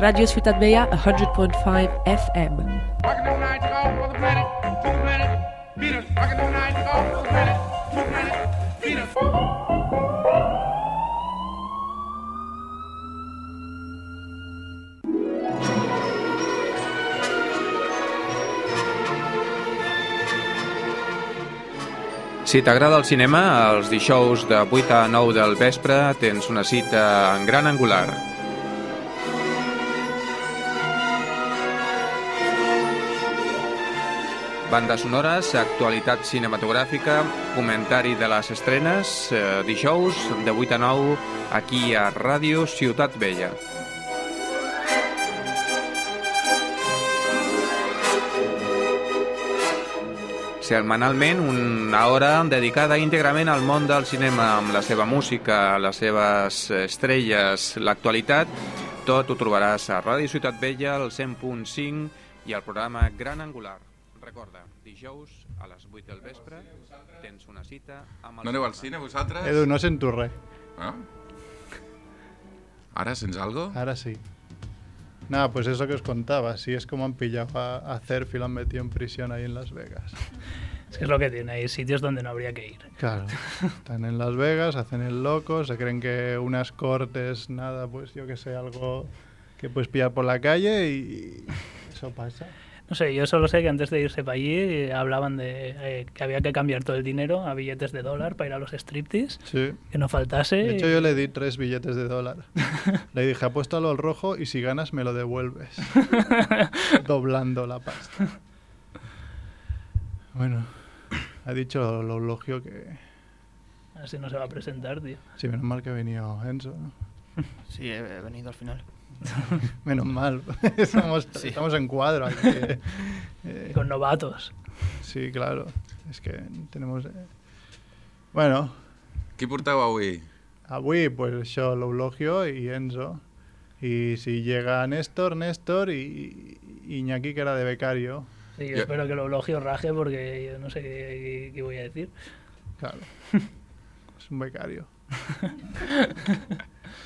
Radio Ciudad Bella, 100.5 FM. Rocket on nine, go for the planet, to the planet, Venus. Rocket on nine, go for the planet, to the planet, Venus. Si t'agrada el cinema, els dijous de 8 a 9 del vespre tens una cita en Gran Angular. Bandes sonores, actualitat cinematogràfica, comentari de les estrenes, eh, dijous de 8 a 9 aquí a Ràdio Ciutat Vella. Setmanalment, una hora dedicada íntegrament al món del cinema, amb la seva música, les seves estrelles, l'actualitat, tot ho trobaràs a Ràdio Ciutat Vella, al 100.5 i al programa Gran Angular. Recorda, dijous a les 8 del vespre tens una cita amb el No aneu al cine, vosaltres? Edu, no sento res. Ah? Ara sents algo? Ahora sí. Nada, pues eso que os contaba. Sí, es como han pillado a, a Cerf y lo han metido en prisión ahí en Las Vegas. Es que es lo que tiene, hay sitios donde no habría que ir. Claro. Están en Las Vegas, hacen el loco, se creen que unas cortes, nada, pues yo que sé, algo que puedes pillar por la calle y eso pasa. No sé, yo solo sé que antes de irse para allí eh, hablaban de eh, que había que cambiar todo el dinero a billetes de dólar para ir a los striptease, Sí. que no faltase. De hecho, yo le di tres billetes de dólar. Le dije, apuéstalo al rojo y si ganas me lo devuelves. Doblando la pasta. Bueno, ha dicho el elogio que... Así no se va a presentar, tío. Sí, menos mal que ha venido Enzo. ¿no? Sí, he he venido al final. Menos mal. estamos, Sí. estamos en cuadro aquí. Eh, Con novatos. sí, claro. Es que tenemos... eh, Bueno, Qui porteu avui? avui pues això, l'Eulogio i Enzo. I si llega Néstor, Néstor i, i Iñaki, que era de becario. Sí, yo Yo- espero que lo elogio raje porque yo no sé qué, qué- qué voy a decir. Claro. Es un becario.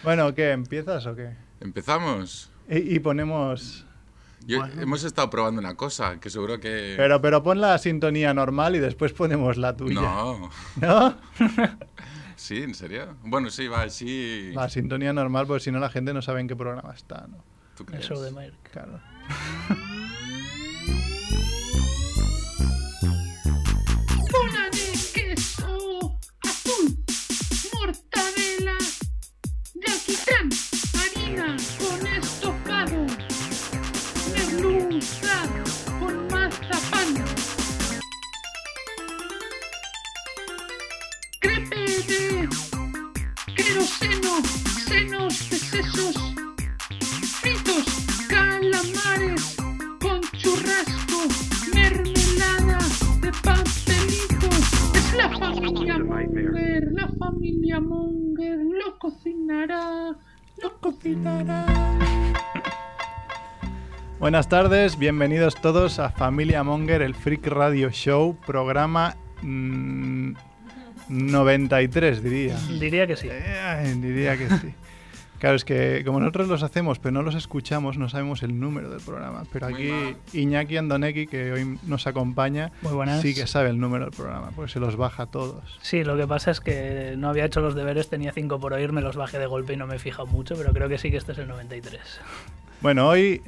bueno, ¿qué? ¿Empiezas o qué? ¿Empezamos? Y, y ponemos... Yo- Hemos estado probando una cosa que seguro que... Pero, pero pon la sintonía normal y después ponemos la tuya. No, ¿No? sí, en serio. Bueno, sí, va, sí. La sintonía normal, porque si no la gente no sabe en qué programa está, ¿no? ¿Tú El crees? show de Merck. Claro. bola de queso azul, mortadela de alquitrán, harina con estocado, merluza con mazapán, crepe de queroseno, senos de sesos, fritos, calamares con churrasco, mermelada de pastelito. Es la familia Munger, la familia Munger lo cocinará, lo cocinará. Buenas tardes, bienvenidos todos a Familia Monger, el Freak Radio Show, programa mm, 93, diría. Diría que sí. Eh, diría que sí. Claro, es que como nosotros los hacemos, pero no los escuchamos, no sabemos el número del programa. Pero Muy aquí mal. Iñaki Andoneki, que hoy nos acompaña, Muy buenas. sí que sabe el número del programa, porque se los baja a todos. Sí, lo que pasa es que no había hecho los deberes, tenía cinco por oír, me los bajé de golpe y no me he fijado mucho, pero creo que sí que este es el 93. Bueno, hoy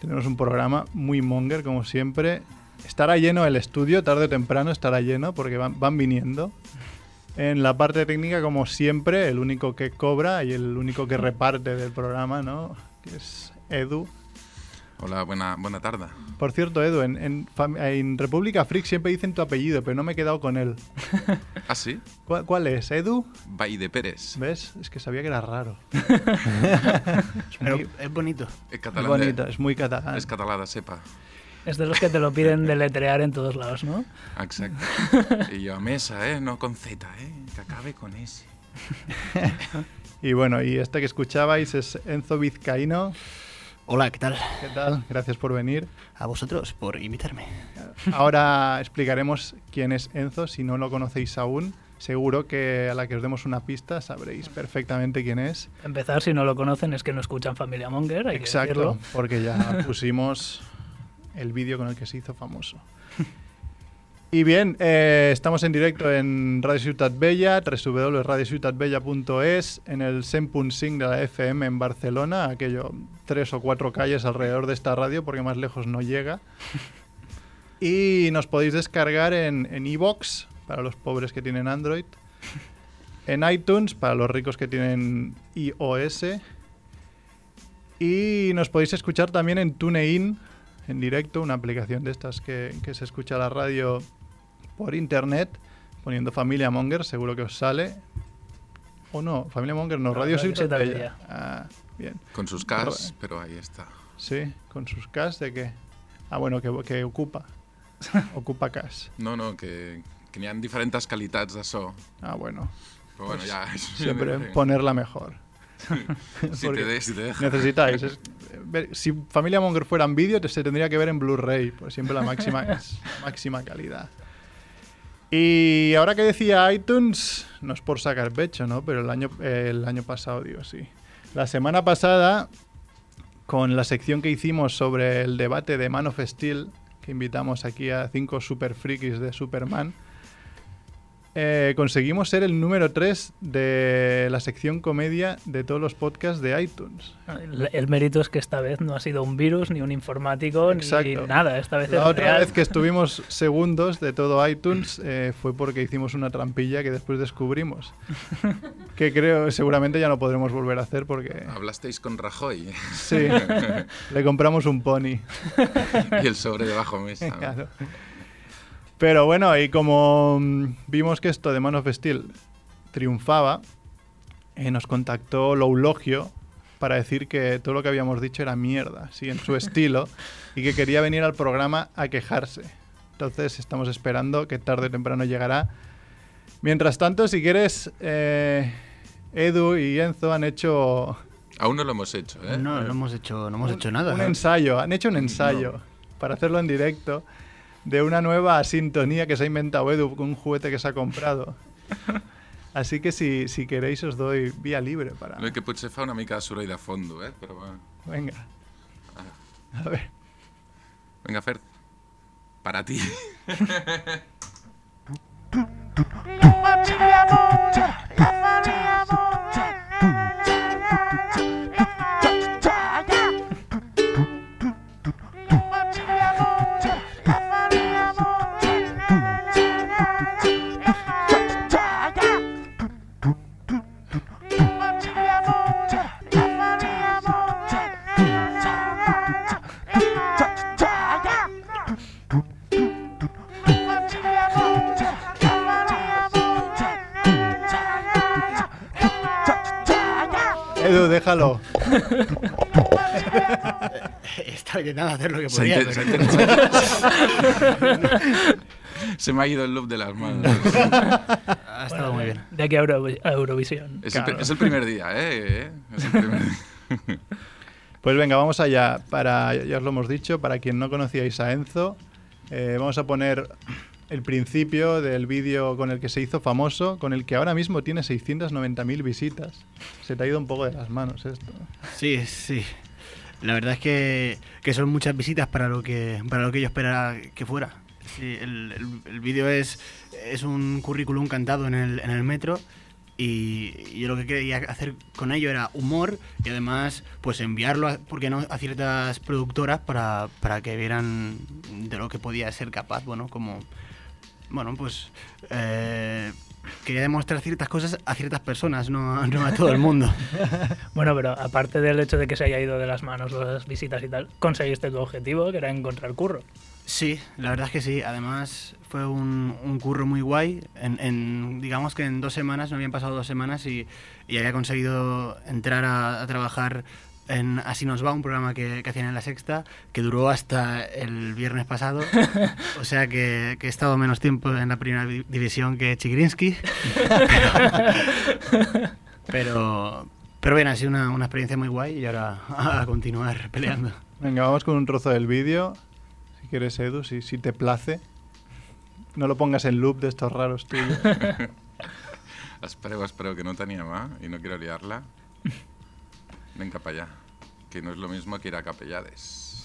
tenemos un programa muy monger, como siempre. Estará lleno el estudio, tarde o temprano estará lleno, porque van, van viniendo. En la parte técnica, como siempre, el único que cobra y el único que reparte del programa, ¿no? Que es Edu. Hola, buena, buena tarde. Por cierto, Edu, en, en fam- en República Freak siempre dicen tu apellido, pero no me he quedado con él. Ah, sí, ¿Cuál, cuál es? ¿Edu? Baide Pérez. ¿Ves? Es que sabía que era raro. Pero es bonito. Es Es catalán. eh. de- bonito, es muy catalán. És català de cepa. Es de los que te lo piden deletrear en todos lados, ¿no? Exacte. I jo, a mesa, eh? No con Z, eh? Que acabe con S. Y bueno, y este que escuchabais es Enzo Vizcaíno. Hola, ¿qué tal? ¿Qué tal? Gracias por venir. A vosotros por invitarme. Ahora explicaremos quién es Enzo si no lo conocéis aún. Seguro que a la que os demos una pista sabréis perfectamente quién es. Empezar, si no lo conocen, es que no escuchan Familia Monger. hay que Exacto, decirlo. porque ya pusimos el vídeo con el que se hizo famoso. Y bien, eh, estamos en directo en Radio Ciutat Vella, www.radiociutatbella.es, en el 100.5 de la FM en Barcelona, aquello tres o cuatro calles alrededor de esta radio, porque más lejos no llega. Y nos podéis descargar en en iVoox, para los pobres que tienen Android, en iTunes, para los ricos que tienen iOS, y nos podéis escuchar también en TuneIn, en directo, una aplicación de estas que, que se escucha la radio por internet, poniendo Familia Monger, seguro que os sale. O no, Familia Monger no, No, Radio Radio Ciutat Ciutat Vella. Vella. Ah, bien. Con sus eh. cars, pero ahí está. Sí, con sus cas de que... Ah, bueno, que, que ocupa. Ocupa cas. No, no, que, que n'hi ha diferents qualitats de so. Ah, bueno. Però Pues Pues bueno, ja... això ja Siempre veurem. ponerla mejor. Si porque te, de, si te deja. Necesitáis. es- ver- si Familia Monger fuera en vídeo, te- se tendría que ver en Blu-ray, por siempre la máxima, es- máxima calidad. Y ahora que decía iTunes, no es por sacar pecho, ¿no? Pero el año, eh, el año pasado, digo, sí. La semana pasada, con la sección que hicimos sobre el debate de Man of Steel, que invitamos aquí a cinco super frikis de Superman, eh, conseguimos ser el número 3 de la sección comedia de todos los podcasts de iTunes. El, el mérito es que esta vez no ha sido un virus, ni un informático, Exacto. ni nada. Esta vez La es otra real. vez que estuvimos segundos de todo iTunes eh, fue porque hicimos una trampilla que después descubrimos. Que creo, seguramente ya no podremos volver a hacer porque. Hablasteis con Rajoy Sí, le compramos un pony. y el sobre de bajo mesa. ¿no? Claro. Pero bueno, y como mm, vimos que esto de Man of Steel triunfaba, eh, nos contactó Loulogio para decir que todo lo que habíamos dicho era mierda, sí, en su estilo, y que quería venir al programa a quejarse. Entonces estamos esperando que tarde o temprano llegará. Mientras tanto, si quieres, eh, Edu y Enzo han hecho Aún no lo hemos hecho, ¿eh? No, no hemos hecho, Pues no hemos hecho nada. un ¿no? ensayo, han hecho un ensayo para hacerlo en directo de una nueva sintonía que se ha inventado Edu con un juguete que se ha comprado. Así que si, si queréis os doy vía libre para... El que potser fa una mica de soroll de fondo, eh? Però bueno. Venga. A ver. Venga, Fer, para ti. Edu, déjalo. Eh, Estaba intentando hacer lo que Se, podía. inte- se, pero- inte- Se me ha ido el loop de las manos. Ha estado muy bien. De aquí a, Euro- a Eurovisión. Es, el, pri- es el primer día, ¿eh? ¿eh? Es el primer día. Pues venga, vamos allá. Para, ya os lo hemos dicho, para quien no conocíais a Enzo, eh, vamos a poner el principio del vídeo con el que se hizo famoso, con el que ahora mismo tiene 690.000 visitas. Se te ha ido un poco de las manos esto. Sí, sí. La verdad es que, que son muchas visitas para lo que para lo que yo esperaba que fuera. Sí, el, el- el vídeo es, es un currículum cantado en el, en el metro y yo lo que quería hacer con ello era humor y además pues enviarlo, a, ¿por qué no?, a ciertas productoras para, para que vieran de lo que podía ser capaz, bueno, como... Bueno, pues eh, quería demostrar ciertas cosas a ciertas personas, no, a- no a todo el mundo. Bueno, pero aparte del hecho de que se haya ido de las manos las visitas y tal, conseguiste tu objetivo, que era encontrar curro. Sí, la verdad es que sí. Además, fue un, un curro muy guay. En, en- digamos que en dos semanas, no habían pasado dos semanas y, y había conseguido entrar a, a trabajar en Así nos va, un programa que, que hacían en La Sexta, que duró hasta el viernes pasado. O sea que, que he estado menos tiempo en la primera di- división que Chigrinsky. Pero, pero bien, ha sido una, una experiencia muy guay y ahora a continuar peleando. Venga, vamos con un trozo del vídeo. Si quieres, Edu, si, si te place. No lo pongas en loop de estos raros tuyos. Espereu, espereu, que no tenia mà y no quiero liarla. Ven cap allá, que no es lo mismo que ir a Capellades.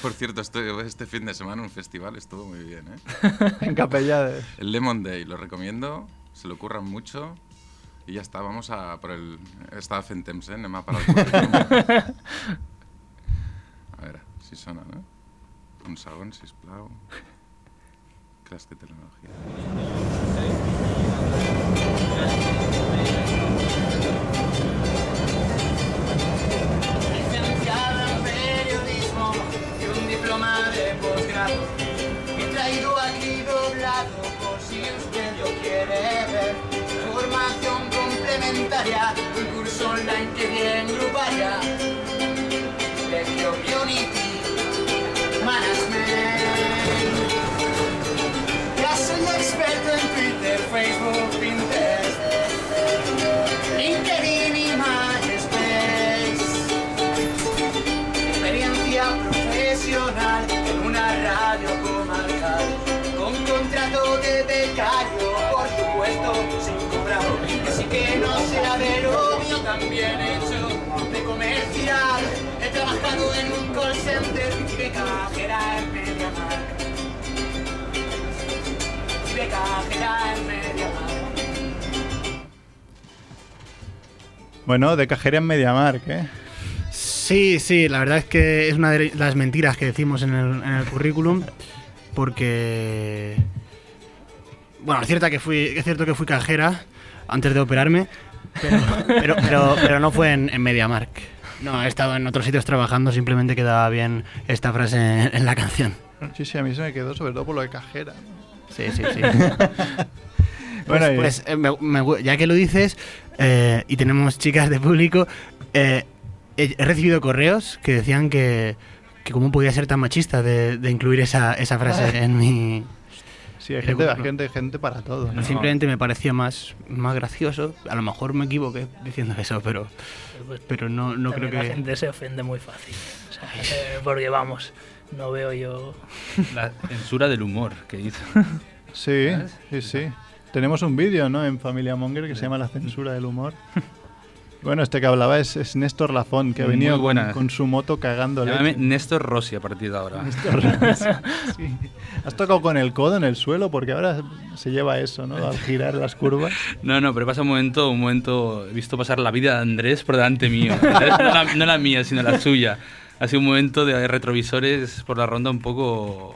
Por cierto, estoy, este fin de semana un festival estuvo muy bien, ¿eh? En Capellades. El Lemon Day, lo recomiendo, se lo curran mucho. Y ya está, vamos a por el... Está Fentemps, ¿eh? Nema para el currículum. A veure si sona, no? Un segon, sisplau. Clas que tecnologia. Licenciada en periodismo y un diploma de posgrado. He traído aquí doblado por si usted lo quiere ver. Formación complementaria, un curso online que bien gruparia. Lectio Unity, Management. Ya soy experto en Twitter, Facebook, Pinterest. LinkedIn y MySpace experiencia profesional en una radio comarcal, con contrato de becario, por supuesto, sin cobrar. Así que no será de lo mío, también he hecho de comercial. He trabajado en un call center y de cajera en Mediamar. Y de cajera en Mediamar. Bueno, de cajera en Mediamark, ¿eh? Sí, sí, la verdad es que es una de las mentiras que decimos en el, en el currículum, porque... Bueno, es, cierta que fui, es cierto que fui cajera antes de operarme, pero, pero, pero- pero no fue en, en MediaMark. No, he estado en otros sitios trabajando, simplemente quedaba bien esta frase en, en la canción. Sí, sí, a mí se me quedó sobre todo por lo de cajera. ¿no? Sí, sí, sí. Pues, Bueno, y- pues, eh, me- me gu- ya que lo dices, eh, y tenemos chicas de público, eh, he, he recibido correos que decían que, que cómo podía ser tan machista de, de incluir esa, esa frase en mi... Ah. sí, hay el gente, hay currículum. gente, gente para todo. ¿no? Simplemente me parecía más, más gracioso. A lo mejor me equivoqué diciendo eso, pero, Pues, pero no, no creo también La que... gente se ofende muy fácil. O sea, eh, porque vamos, no veo yo. La censura del humor que hizo. Sí, sí, sí. Tenemos un vídeo, ¿no? En Familia Monger que se llama La censura del humor. Bueno, este que hablaba es, es Néstor Lafón, que ha Muy venido con, buena. con su moto cagándole. Llámame Néstor Rossi a partir de ahora. Has tocado con el codo en el suelo porque ahora se lleva eso, ¿no? Al girar las curvas. No, no, pero pasa un momento, un momento, he visto pasar la vida de Andrés por delante mío. No la, no la mía, sino la suya. Ha sido un momento de retrovisores por la ronda un poco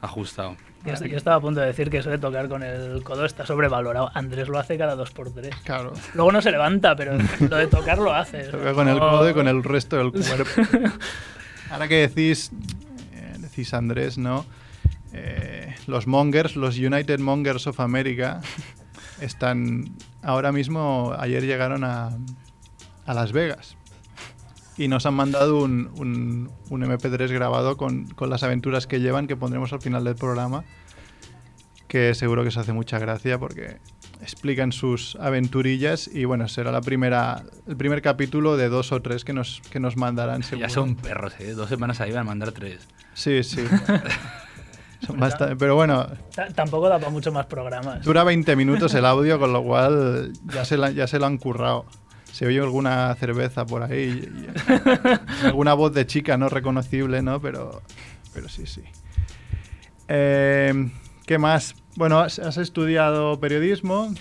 ajustado. Yo, yo estaba a punto de decir que eso de tocar con el codo está sobrevalorado. Andrés lo hace cada dos por tres. Claro. Luego no se levanta, pero lo de tocar lo hace. Toca con el codo y con el resto del cuerpo. Ahora que decís, eh, decís Andrés, ¿no? Eh, los Mongers, los United Mongers of America, están ahora mismo, ayer llegaron a, a Las Vegas y nos han mandado un, un- un MP3 grabado con, con las aventuras que llevan que pondremos al final del programa, que seguro que se hace mucha gracia porque explican sus aventurillas y bueno, será la primera, el primer capítulo de dos o tres que nos, que nos mandarán seguro. Ya son perros, ¿eh? Dos semanas ahí van a mandar tres. Sí, sí. Son bastante- pero bueno, Ta- Tampoco da para mucho más programas. dura 20 minutos el audio, con lo cual ya se, la- ya se lo han currado. Se oye alguna cerveza por ahí, y- y alguna voz de chica no reconocible, ¿no? Pero, pero sí, sí. Eh, ¿Qué más? Bueno, has, has estudiado periodismo.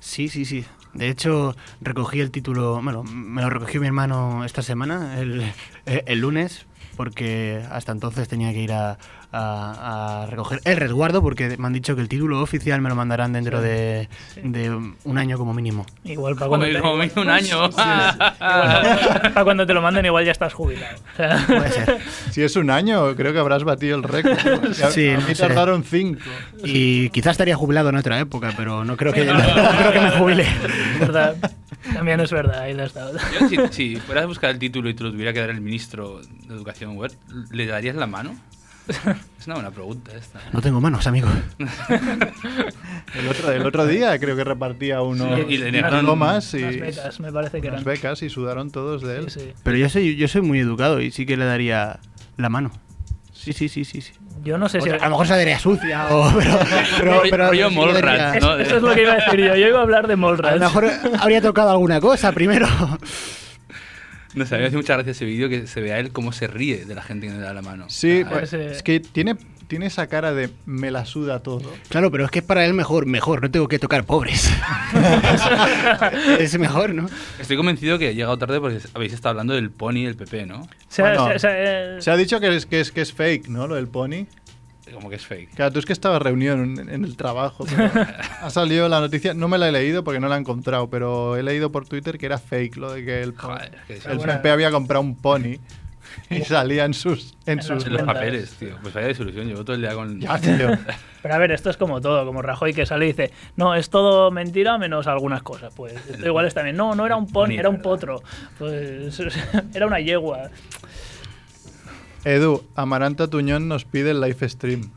Sí, sí, sí. De hecho, recogí el título, bueno, me lo recogió mi hermano esta semana, el, eh, el lunes, porque hasta entonces tenía que ir a, a- a recoger el resguardo, porque me han dicho que el título oficial me lo mandarán dentro de, de un año como mínimo. Igual para Como cuando, te, como mínimo un año. igual pa' cuando te lo manden, igual ya estás jubilado. O sea, Puede ser. Si es un año, creo que habrás batido el récord. A- Sí, a no mí sé. tardaron cinco. Y quizás estaría jubilado en otra época, pero no creo que, no creo que me jubile. es verdad. También es verdad, ahí lo has dado. Yo, si, si fueras a buscar el título y te lo tuviera que dar el ministro de Educación Web, ¿le darías la mano? Es una buena pregunta esta. No tengo manos, amigo. El otro, el otro día creo que repartía unos Sí, y le negaron diplomas y Las becas, me parece que unas eran. becas y sudaron todos de él. Sí, sí. Pero yo soy, yo soy muy educado y sí que le daría la mano. Sí, sí, sí, sí. sí. Yo no sé O si. sea, a lo mejor se daría sucia, o, pero. pero, Rollo- pero rollo sí Mallrats, daría- ¿no? Eso, eso es lo que iba a decir yo. Yo iba a hablar de A Molras. lo mejor habría tocado alguna cosa primero. No sé, a mí me hace mucha gracia ese vídeo que se vea él cómo se ríe de la gente que le da la mano. Sí, Ah, pues, ese- es que tiene, tiene esa cara de me la suda todo. Claro, pero es que es para él mejor, mejor, no tengo que tocar pobres. es mejor, ¿no? Estoy convencido que he llegado tarde porque habéis estado hablando del Pony y el PP, ¿no? Se ha- Bueno, se ha- se ha- eh, Se ha dicho que es, que es, que es fake, ¿no? Lo del pony. Como que es fake. Claro, tú es que estabas reunido en, en el trabajo. pero ha salido la noticia, no me la he leído porque no la he encontrado, pero he leído por Twitter que era fake lo de que el, po- Joder, que el bueno. PP había comprado un pony y salía en sus... En En sus En los cuentas. papeles, tío. Pues vaya desilusión, llevo todo el día con... Ya, tío. Pero a ver, esto es como todo, como Rajoy que sale y dice, no, es todo mentira menos algunas cosas. Pues esto igual es también, no, no era un pony, Pony, era un ¿verdad? potro. Pues era una yegua. Edu, Amaranta Tuñón nos pide el live stream.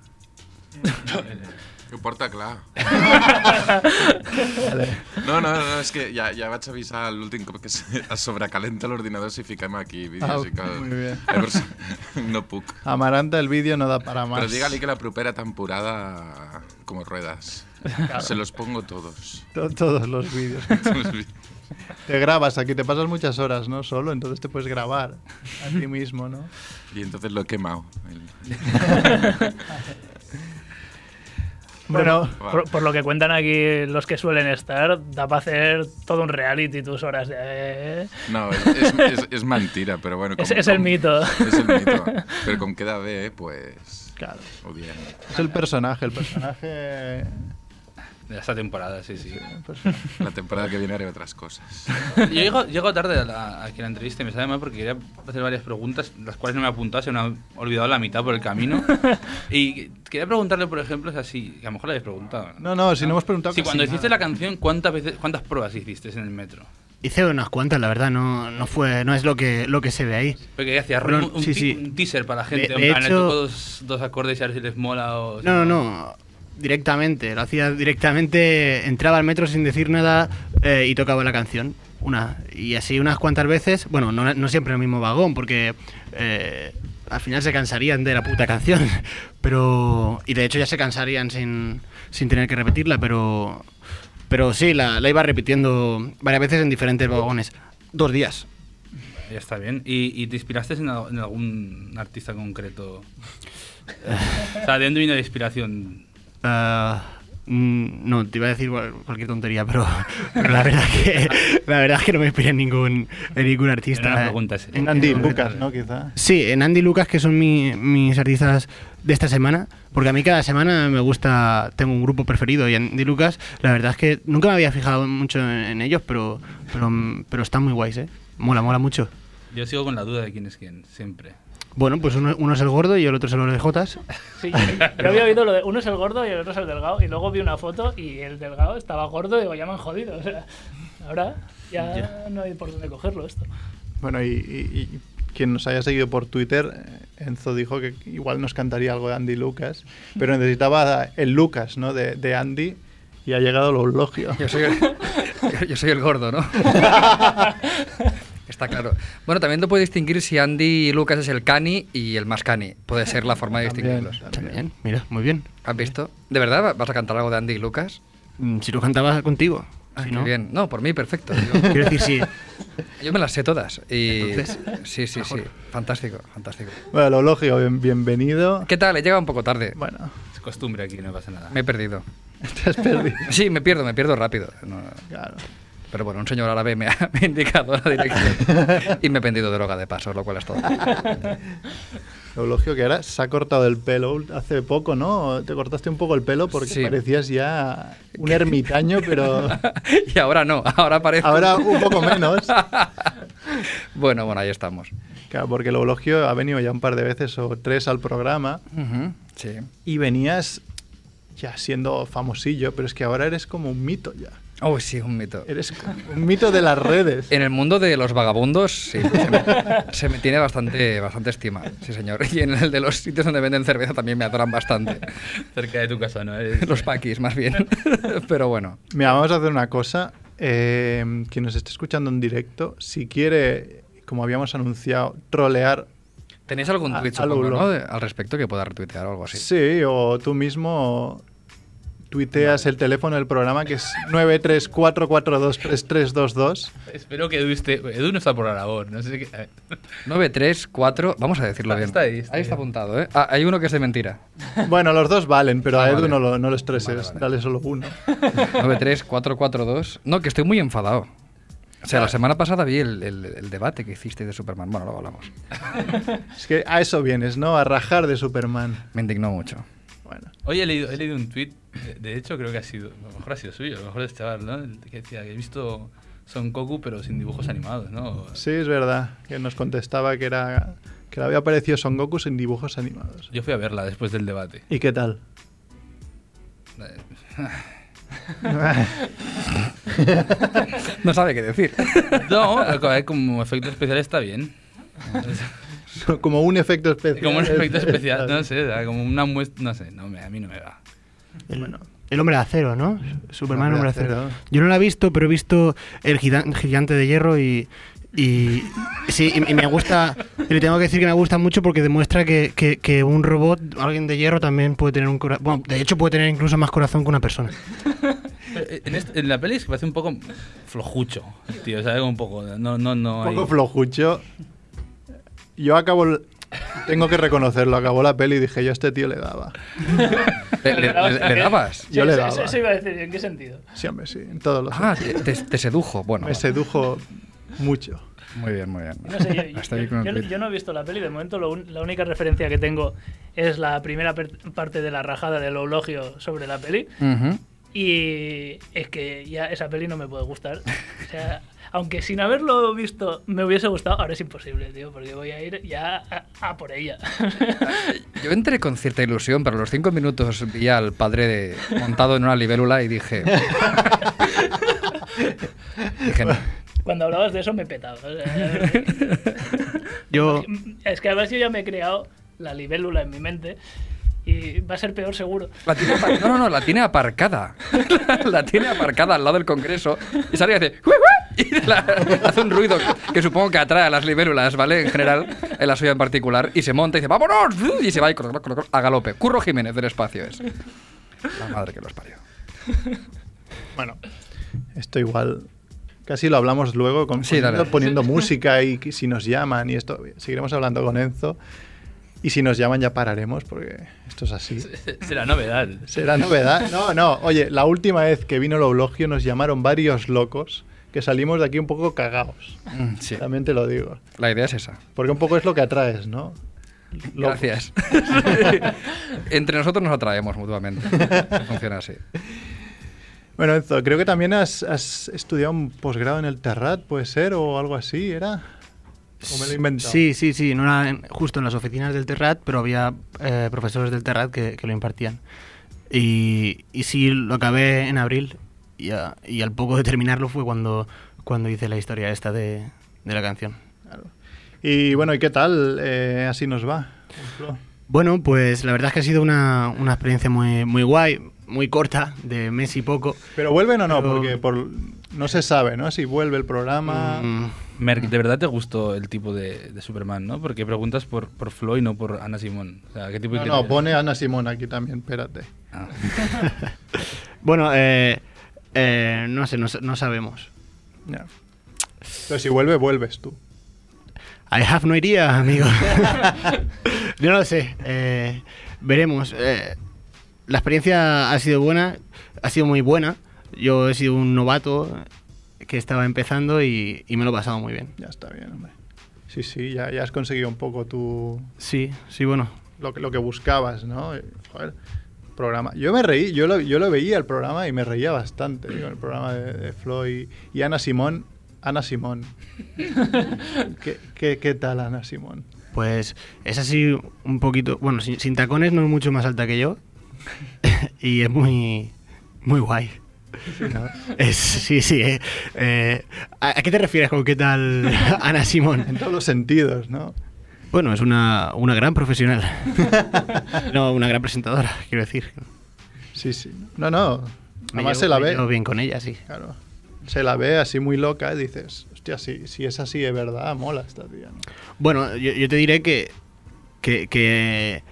Ho porta clar. Vale. No, no, no, és que ja, ja vaig avisar l'últim cop que se- es sobrecalenta l'ordinador si fiquem aquí vídeos Ah, i coses. muy bien. Llavors, no puc. Amaranta, el vídeo no da para más. Pero dígale que la propera temporada, como ruedas, se los pongo todos. To- Todos los vídeos. Te grabas aquí, te pasas muchas horas, ¿no? Solo, entonces te puedes grabar a ti mismo, ¿no? y entonces lo he quemado. El- Bueno, Va. Por, por lo que cuentan aquí los que suelen estar, da para hacer todo un reality tus horas de... eh, No, és, és, és, és mentira, però bueno... Es- es el mito. És el mito. Però com queda bé, pues... claro. Ho diem. Es el personaje, el personaje. De esta temporada, sí, sí. el Pues personaje. La temporada que viene haré otras cosas. Yo llego, llego tarde a la, aquí a la entrevista y me sabe mal porque quería hacer varias preguntas, las cuales no me he apuntado, se me ha olvidado la mitad por el camino. Y quería preguntarle, por ejemplo, o sea, si así, que a lo mejor la habéis preguntado. No, no, si no hemos preguntado. pues Si casi cuando hiciste nada. la canción, ¿cuántas, veces, ¿cuántas pruebas hiciste en el metro? Hice unas cuantas, la verdad, no, no fue, no es lo que, lo que se ve ahí. Porque hacías Bueno, un, un sí, ti- sí. un teaser para la De- gente, en de plan, le hecho- toco dos, dos acordes y a ver si les mola o... No, no, no. Directamente, lo hacía directamente, entraba al metro sin decir nada eh, y tocaba la canción. Una, y así unas cuantas veces, bueno, no, no siempre en el mismo vagón, porque eh, al final se cansarían de la puta canción. Pero. Y de hecho ya se cansarían sin, sin tener que repetirla, pero. Pero sí, la, la iba repitiendo varias veces en diferentes vagones. Dos días. Ya está bien. ¿Y, y te inspiraste en, al- en algún artista concreto? o sea, ¿de dónde vino la inspiración? Ah, mm, no, te iba a decir cual- cualquier tontería, pero, pero la verdad que la verdad es que no me inspira en ningún, en ningún artista. Era una pregunta seria. En- Andy en- Lucas, ¿no? Quizá. Sí, en Andy Lucas, que son mi- mis artistas de esta semana, porque a mí cada semana me gusta, tengo un grupo preferido y Andy Lucas, la verdad es que nunca me había fijado mucho en, en ellos, pero, pero, pero están muy guays, ¿eh? Mola, mola mucho. Yo sigo con la duda de quién es quién, siempre. Bueno, pues uno, uno es el gordo y el otro es el orejotas. Sí, yo, yo había oído lo de uno es el gordo y el otro es el delgado, y luego vi una foto y el delgado estaba gordo y digo, ya me han jodido. O sea, ahora ya, no hay por dónde cogerlo esto. Bueno, y, y- y quien nos haya seguido por Twitter, eh, Enzo dijo que igual nos cantaría algo de Andy Lucas, pero necesitaba el Lucas, ¿no? De, de Andy y ha llegado el eulogio. Yo soy, el, yo- yo soy el gordo, ¿no? Está claro. Bueno, también lo puede distinguir si Andy y Lucas es el cani y el más cani. Puede ser la forma de También, distinguirlos. También, mira, muy bien. ¿Has visto? ¿De verdad vas a cantar algo de Andy y Lucas? Mm, Si tú cantabas contigo. Ah, si qué no- bien. No, por mí perfecto. Yo, Quiero decir, sí. yo me las sé todas. Y Entonces, sí, sí, sí. Fantástico, fantástico. Bueno, el eulogio, bien- bienvenido. ¿Qué tal? He llegado un poco tarde. Bueno, Es costumbre aquí, no pasa nada. Me he perdido. te has perdido. Sí, me pierdo, me pierdo rápido. No, Claro. Pero bueno, un señor árabe me ha, me ha indicado la dirección y me he vendido droga de paso, lo cual es todo. Eulogio que ahora se ha cortado el pelo hace poco, ¿no? Te cortaste un poco el pelo porque Sí. parecías ya un ermitaño, pero Y ahora no, ahora parece... ahora un poco menos. Bueno, bueno, ahí estamos. Claro, porque el Eulogio ha venido ya un par de veces o tres al programa Ujú, Sí. y venías ya siendo famosillo, pero es que ahora eres como un mito ya. Oh, sí, un mito. Eres un mito de las redes. En el mundo de los vagabundos, sí, se me, se me tiene bastante, bastante estima, sí señor. Y en el de los sitios donde venden cerveza también me adoran bastante. Cerca de tu casa, ¿no? Los paquis, más bien. Pero bueno, Mira, vamos a hacer una cosa. Eh, quien nos esté escuchando en directo, si quiere, como habíamos anunciado, trolear ¿Tenéis algún A- tweet al supongo, Ulón. ¿no? de- al respecto que pueda retuitear o algo así? Sí, o tú mismo tuiteas el teléfono del programa que es 934423322. Espero que Edu esté. Edu no está por la labor. No sé qué. a ver. 9, 3, 4. Vamos a decirlo Ah, Está- bien. está ahí, está ahí. apuntado, ¿eh? Ah, hay uno que es de mentira. Bueno, los dos valen, pero a Ah, Edu vale. no lo, no lo estreses, dale solo uno. 9, 3, 4, 4, 2. No, que estoy muy enfadado. O sea, la semana pasada vi el, el- el debate que hiciste de Superman. Bueno, luego hablamos. Es que a eso vienes, ¿no? A rajar de Superman. Me indignó mucho. Bueno, Hoy he leído, he leído un tweet, de, de hecho creo que ha sido, a lo mejor ha sido suyo, a lo este mejor es chaval, ¿no? El Que decía que he visto Son Goku pero sin dibujos animados, ¿no? sí, es verdad, que nos contestaba que era que le había aparecido Son Goku sin dibujos animados. Yo fui a verla después del debate. ¿Y qué tal? No sabe qué decir. No, eh, como efecto especial está bien. Como un efecto especial. Como un efecto especial, no sé, o sea, como una muestra, no sé, no me, a mí no me va. El, el hombre de acero, ¿no? Superman, El el hombre hombre de de acero. acero. Yo no la he visto, pero he visto el gigan- gigante de hierro y. Y, sí, y, y me gusta, y le tengo que decir que me gusta mucho porque demuestra que, que- que un robot, alguien de hierro, también puede tener un corazón. Bueno, de hecho, puede tener incluso más corazón que una persona. Eh, En, est- en la peli es que parece un poco flojucho, el tío, ¿sabes? Como Un poco, no, no, no. Un hay- poco flojucho. Yo acabo. l- Tengo que reconocerlo, acabó la peli y dije, yo a este tío le daba. Le, le- le- le dabas. Yo Sí, le sí, daba. sí, Eso iba a decir, ¿en qué sentido? Sí, hombre, sí, en todos los. Ah, te, te- te sedujo. Bueno, Me vale. sedujo mucho. muy bien, muy bien. No sé, yo- yo, Hasta ahí con el yo- tweet. yo no he visto la peli, de momento lo un- la única referencia que tengo es la primera per- parte de la rajada del eulogio sobre la peli. Ujú. Y es que ya esa peli no me puede gustar. O sea, aunque sin haberlo visto me hubiese gustado, ahora es imposible, tío, porque voy a ir ya a, a por ella. Yo entré con cierta ilusión, pero a los cinco minutos vi al padre de- montado en una libélula y dije. dije, no. Cuando hablabas de eso me petaba. o sea, Yo, es que además yo ya me he creado la libélula en mi mente y va a ser peor seguro. La tiene apar- no, no, no, la tiene aparcada. la tiene aparcada al lado del Congreso y sale y hace. "Hui, hui", Y la- hace un ruido que, que supongo que atrae a las libélulas, ¿vale? En general, en la suya en particular. Y se monta y dice, ¡vámonos! Y se va y cor- cor- cor- a galope. Curro Jiménez del espacio es. La madre que los parió. Bueno, esto igual. Casi lo hablamos luego, con, Sí, dale. poniendo, poniendo música y que si nos llaman y esto. Seguiremos hablando con Enzo. Y si nos llaman ya pararemos porque esto es así. Es la novedad. Será novedad. No, no. Oye, la última vez que vino el Eulogio nos llamaron varios locos que salimos de aquí un poco cagados. Mm, Sí. También te lo digo. La idea es esa. Porque un poco es lo que atraes, ¿no? Locos. Gracias. Entre nosotros nos atraemos mutuamente. Funciona así. Bueno, Enzo, creo que también has, has estudiado un posgrado en el Terrat, puede ser, o algo así, ¿era? ¿O me lo he inventado? sí, sí, sí, no era en- justo en las oficinas del Terrat, pero había eh, profesores del Terrat que, que lo impartían. Y, y sí, lo acabé en abril y, a- y al poco de terminarlo fue cuando, cuando hice la historia esta de, de la canción. Y bueno, ¿y qué tal? Eh, así nos va. Bueno, pues la verdad es que ha sido una, una experiencia muy, muy guay, muy corta, de mes y poco. Pero vuelven o no, Pero- porque por, no se sabe, ¿no? Si vuelve el programa. Mm, Merck, de verdad te gustó el tipo de, de Superman, ¿no? Porque preguntas por, por Flo y no por Ana Simón. O sea, ¿qué tipo No, de no, criterio? pone Ana Simón aquí también, espérate. Ah. Bueno, eh, eh, no sé, no, sa- no sabemos. Ya. Pero si vuelve, vuelves tú. I have no idea, amigo. Yo no lo sé. eh, veremos. eh, la experiencia ha sido buena, ha sido muy buena. Yo he sido un novato que estaba empezando y, y me lo he pasado muy bien. Ya está bien, hombre. Sí, sí, ya, ya has conseguido un poco tu, Sí, sí, bueno. lo que, lo que buscabas, ¿no? Eh, Joder, programa. Yo me reí, yo lo, yo lo veía el programa y me reía bastante ¿eh? con el programa de, de Flo y, y Ana Simón. Ana Simón. ¿Qué, qué, qué tal Ana Simón? Pues es así un poquito, bueno, sin, sin tacones no es mucho más alta que yo y es muy, muy guay. Es- sí, sí. eh. Eh, ¿a, a qué te refieres con qué tal Ana En Simón? todos los sentidos, ¿no? Bueno, es una, una gran profesional. No, una gran presentadora, quiero decir. Sí, sí. No, no. Me Además llevo- se la me ve. llevo bien con ella, sí. Claro. Se la ve así muy loca y dices, hostia, si, si es así de verdad, mola esta tía. ¿no? Bueno, yo, yo te diré que que, que,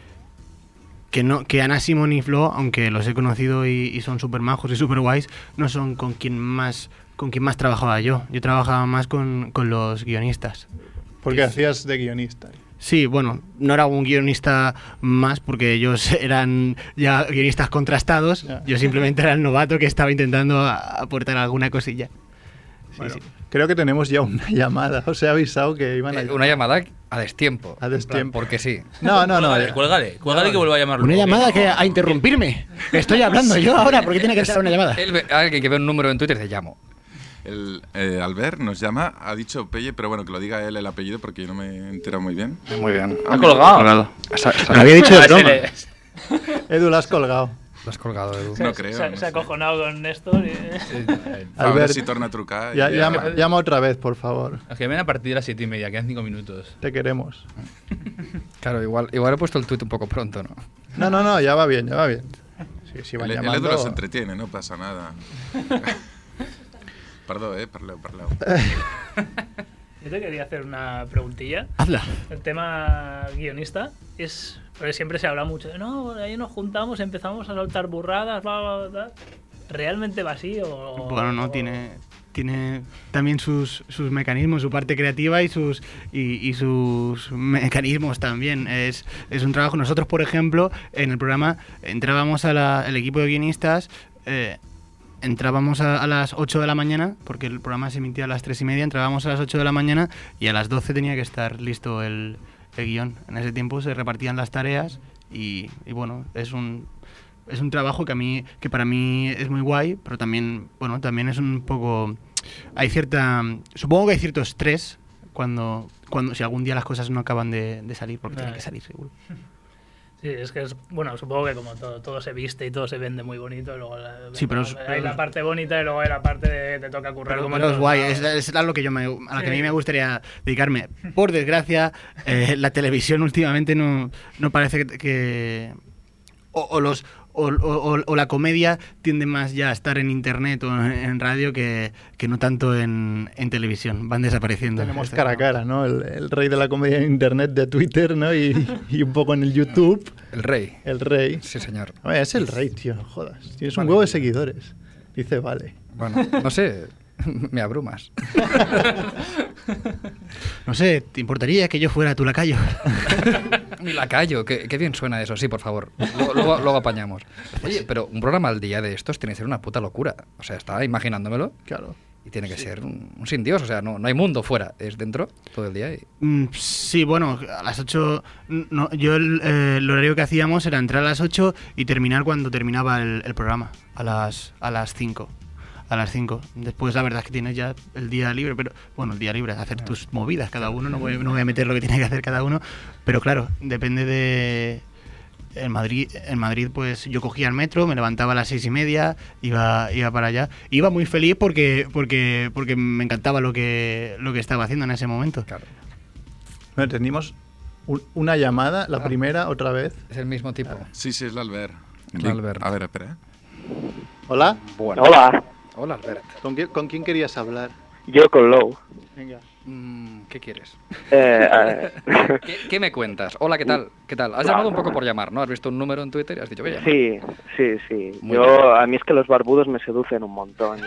que no, que Ana Simón y Flo, aunque los he conocido y, y son súper majos y súper guays, no son con quien más con quien más trabajaba yo. Yo trabajaba más con, con los guionistas. Porque hacías de guionista. Sí, bueno, no era un guionista más porque ellos eran ya guionistas contrastados. Yo simplemente era el novato que estaba intentando a- aportar alguna cosilla. Sí, Bueno, sí. Creo que tenemos ya una llamada. Os he avisado que iban a Eh, Una llamada a destiempo. a destiempo. Porque sí. No, no, eh. no. Cuélgale, cuélgale, cuélgale que vuelva a llamarlo. Una llamada que a interrumpirme. Estoy hablando yo ahora, ¿por qué tiene que entrar una llamada? Él ve- alguien que ve un número en Twitter te llamo. El, eh, Albert nos llama, ha dicho Pelle, pero bueno, que lo diga él el apellido porque yo no me entero muy bien. Muy bien. Ha colgado. Colgado. Sa- sa- Lo había dicho de Ah, se broma. le- Edu, la has colgado. Lo has colgado, Edu. se- No creo, Se, no se sé. ha acojonado con Néstor. y- eh. A ver Albert, si torna a trucar. Ya- y- llama, llama otra vez, por favor. Los que ven a partir de las siete y media, quedan cinco minutos. Te queremos. Claro, igual, igual he puesto el tuit un poco pronto, ¿no? No, no, no, ya va bien, ya va bien. Sí, sí, van El, el llamando. Edu los entretiene, no pasa nada. Perdón, eh, parleo, parleo. Yo te quería hacer una preguntilla. Habla. El tema guionista es. Porque siempre se habla mucho de no, ahí nos juntamos, empezamos a soltar burradas, bla, bla, bla. ¿Realmente va así? O, Bueno, no, o- tiene, tiene también sus, sus mecanismos, su parte creativa y sus, y, y sus mecanismos también. Es, es un trabajo. Nosotros, por ejemplo, en el programa entrábamos al equipo de guionistas. eh, Entrábamos a, a las 8 de la mañana, porque el programa se emitía a las 3 y media, entrábamos a las 8 de la mañana y a las 12 tenía que estar listo el, el guión. En ese tiempo se repartían las tareas y, y bueno, es un, es un trabajo que a mí que para mí es muy guay pero también bueno también es un poco hay cierta supongo que hay cierto estrés cuando cuando si algún día las cosas no acaban de, de salir porque tienen Vale. que salir seguro Sí, es que es. Bueno, supongo que como todo, todo se viste y todo se vende muy bonito. y luego la- Sí, pero es- hay la parte bonita y luego hay la parte de te toca currar pero, como pero en es todos guay lados. es, es a lo que yo me, a lo que a mí Sí. me gustaría dedicarme por desgracia eh, la televisión últimamente no, no parece que, que- o, o los o, o- o- o la comedia tiende más ya a estar en internet o en, en radio que, que no tanto en, en televisión. Van desapareciendo. Tenemos Este- cara a cara, ¿no? El, el rey de la comedia en internet de Twitter, ¿no? Y, y un poco en el YouTube, El rey. el rey. Sí, señor. A ver, es el rey, tío, no jodas. Tienes un huevo de seguidores. Dice, vale. Bueno, no sé. Me abrumas. No sé, ¿te importaría que yo fuera tu lacayo? Mi lacayo, qué, qué bien suena eso, sí, por favor. Luego, luego- luego apañamos. Oye, pero un programa al día de estos tiene que ser una puta locura. O sea, estaba imaginándomelo Claro. y tiene que ser un, un sin Dios. O sea, no, no hay mundo fuera, es dentro todo el día. Y... Mm, sí, bueno, a las 8... No, yo el, eh, el horario que hacíamos era entrar a las 8 y terminar cuando terminaba el, el programa, a las, a las 5. A las 5. Después la verdad es que tienes ya el día libre, pero bueno, el día libre, hacer tus movidas cada uno, no voy, no voy a meter lo que tiene que hacer cada uno, pero claro, depende de... En Madrid, en Madrid, pues yo cogía el metro, me levantaba a las seis y media, iba, iba para allá. Iba muy feliz porque, porque, porque me encantaba lo que, lo que estaba haciendo en ese momento. Claro, Bueno, tenemos un- una llamada, la primera, otra vez. Ah. Ah. es el mismo tipo. Sí, sí, es el Albert. El Albert. A ver, espera. eh. Hola. Bueno. Hola, Hola, Albert. ¿Con, quién- con quién querías hablar? yo con Low. Venga. Mm, ¿Qué quieres? Eh, a ver. ¿Qué, qué me cuentas? Hola, ¿qué tal? ¿Qué tal? Has llamado un poco por llamar, ¿no? Has visto un número en Twitter y has dicho, voy a llamar. sí, sí, sí. Muy Yo, a mí es que los barbudos me seducen un montón. yo-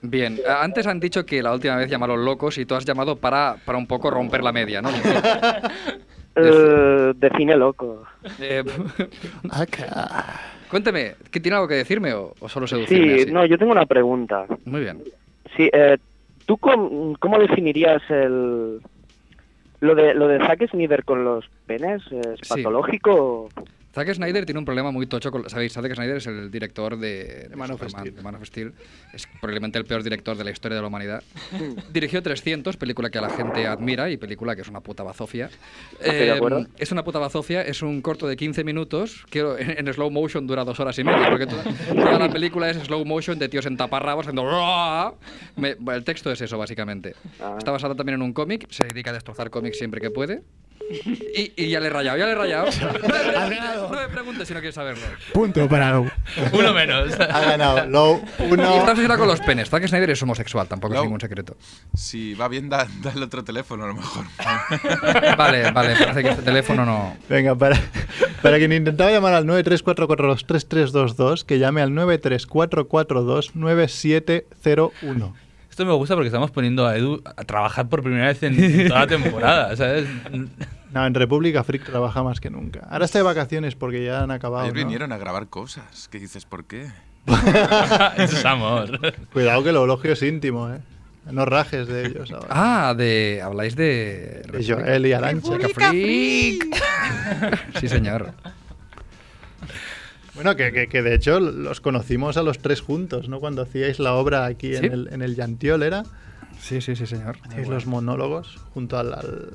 Bien, a- antes han dicho que la última vez llamaron locos y tú has llamado para, para un poco romper la media, ¿no? Eh, define loco. Eh, cuénteme, ¿qué tiene algo que decirme o, o solo seducirme Sí, así? no, yo tengo una pregunta. Muy bien. Sí, eh, ¿tú com- cómo definirías el... Lo de, lo de Zack Snyder con los penes es Sí. patológico. Zack Snyder tiene un problema muy tocho con... Sabéis, Zack Snyder es el director de, de Man of Superman, Steel. de Man of Steel. Es probablemente el peor director de la historia de la humanidad. Dirigió 300, película que la gente admira y película que es una puta bazofia. Em, Estoy Ah, de acuerdo. es una puta bazofia, es un corto de 15 minutos que en, en slow motion dura dos horas y media, porque toda, toda la película es slow motion de tíos en taparrabos haciendo... "Ruah". Me- bueno, el texto es eso, básicamente. Ah. Está basado también en un cómic, se dedica a destrozar cómics siempre que puede. Y, y ya le he rayado, ya le he rayado. No, me- no me preguntes si no quieres saberlo. Punto para Lou. Uno menos. Ha ganado Lou. Y está obsesionado con los penes. Zack Snyder es homosexual, tampoco es Lou. ningún secreto. Si va bien, da, da el otro teléfono a lo mejor. Vale, vale, parece que este teléfono no. Venga, para, para quien intentaba llamar al 934423322, que llame al 934429701. Esto me gusta porque estamos poniendo a Edu a trabajar por primera vez en toda la temporada, ¿sabes? No, en República Freak trabaja más que nunca. Ahora está de vacaciones porque ya han acabado. Ellos ¿no? vinieron a grabar cosas. ¿Qué dices? ¿Por qué? Eso es amor. Cuidado que el elogio es íntimo, ¿eh? No rajes de ellos ahora. Ah, de. Habláis de. De Joel y Arantxa. República Freak. sí, señor. Bueno, que, que- que de hecho los conocimos a los tres juntos, ¿no? Cuando hacíais la obra aquí Sí. en, el, en el Yantiol, ¿era? Sí, sí, sí, señor. Hacíais los monólogos junto al, al,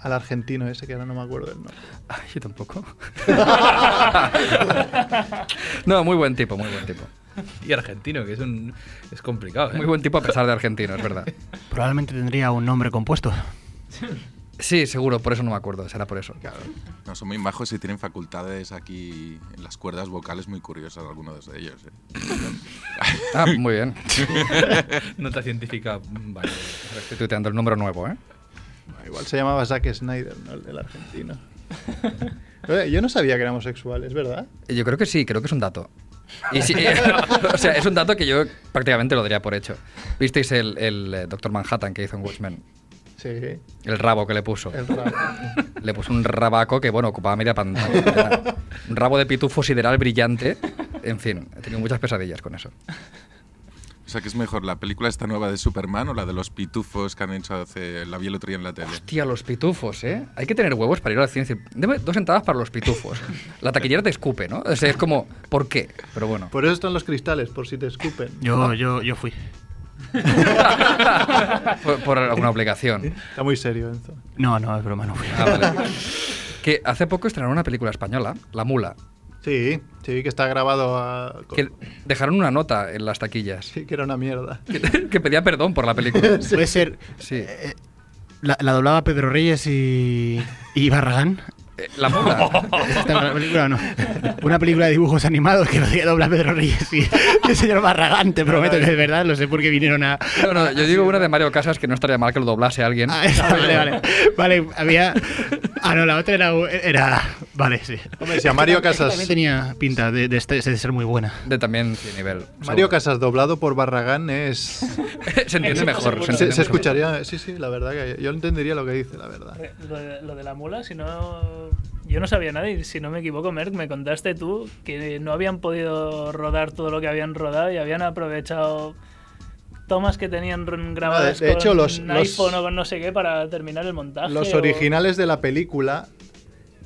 al argentino ese, que ahora no me acuerdo el nombre. Ay, yo tampoco. no, muy buen tipo, muy buen tipo. Y argentino, que es un es complicado. ¿eh? Muy buen tipo a pesar de argentino, es verdad. Probablemente tendría un nombre compuesto. Sí, seguro, por eso no me acuerdo, será por eso. No, son muy bajos y tienen facultades aquí en las cuerdas vocales muy curiosas, algunos de ellos. ¿eh? Ah, muy bien. Nota científica, mm, vale. Estoy tuiteando el número nuevo, ¿eh? Igual se llamaba Zack Snyder, ¿no? El del argentino. Eh, Yo no sabía que éramos sexuales, ¿verdad? Yo creo que sí, creo que es un dato. Y sí, o sea, es un dato que yo prácticamente lo daría por hecho. ¿Visteis el, eh, Doctor Manhattan que hizo en Watchmen? Sí, El rabo que le puso. el rabo. Le puso un rabaco que, bueno, ocupaba media pantalla. Era Un rabo de pitufo sideral brillante. En fin, he tenido muchas pesadillas con eso. O sea, que es mejor la película esta nueva de Superman o la de los pitufos que han hecho hace. La vi el otro día en la tele. Tía, los pitufos, ¿eh? Hay que tener huevos para ir al cine y decir, deme dos entradas para los pitufos. La taquillera te escupe, ¿no? O sea, es como, ¿por qué? Pero bueno. Por eso están los cristales, por si te escupen. Yo, yo, yo fui. Por, por alguna obligación. Está muy serio, Enzo. No, no, es broma, no fui. Ah, vale. Que hace poco estrenaron una película española, La Mula, Sí, sí, que está grabado a... con- que dejaron una nota en las taquillas Sí, que era una mierda. que, que pedía perdón por la película. Puede ser. Sí. eh, la, la doblaba Pedro Reyes y, y Barragán. Eh, La Mula. Esta no, la película no. Una película de dibujos animados que lo hacía doblar Pedro Reyes y el señor Barragán, te prometo que es verdad, no sé por qué vinieron a... No, no, yo digo una de Mario Casas que no estaría mal que lo doblase alguien. a Ah, esa, vale, vale. Vale, había... Ah, no, la otra era... era vale, sí. Hombre, si a Mario Casas... También tenía pinta de, de este- de ser muy buena. De también de nivel. Mario seguro. Casas doblado por Barragán es... se entiende mejor. Se, entiende se mucho escucharía, sí, sí, la verdad que yo entendería lo que dice, la verdad. Re- Lo de, lo de la mula, si no. Yo no sabía nada y si no me equivoco, Merck, me contaste tú que no habían podido rodar todo lo que habían rodado y habían aprovechado tomas que tenían r- grabadas de- de con hecho, los- un los- iPhone o con no sé qué para terminar el montaje. Los o- originales de la película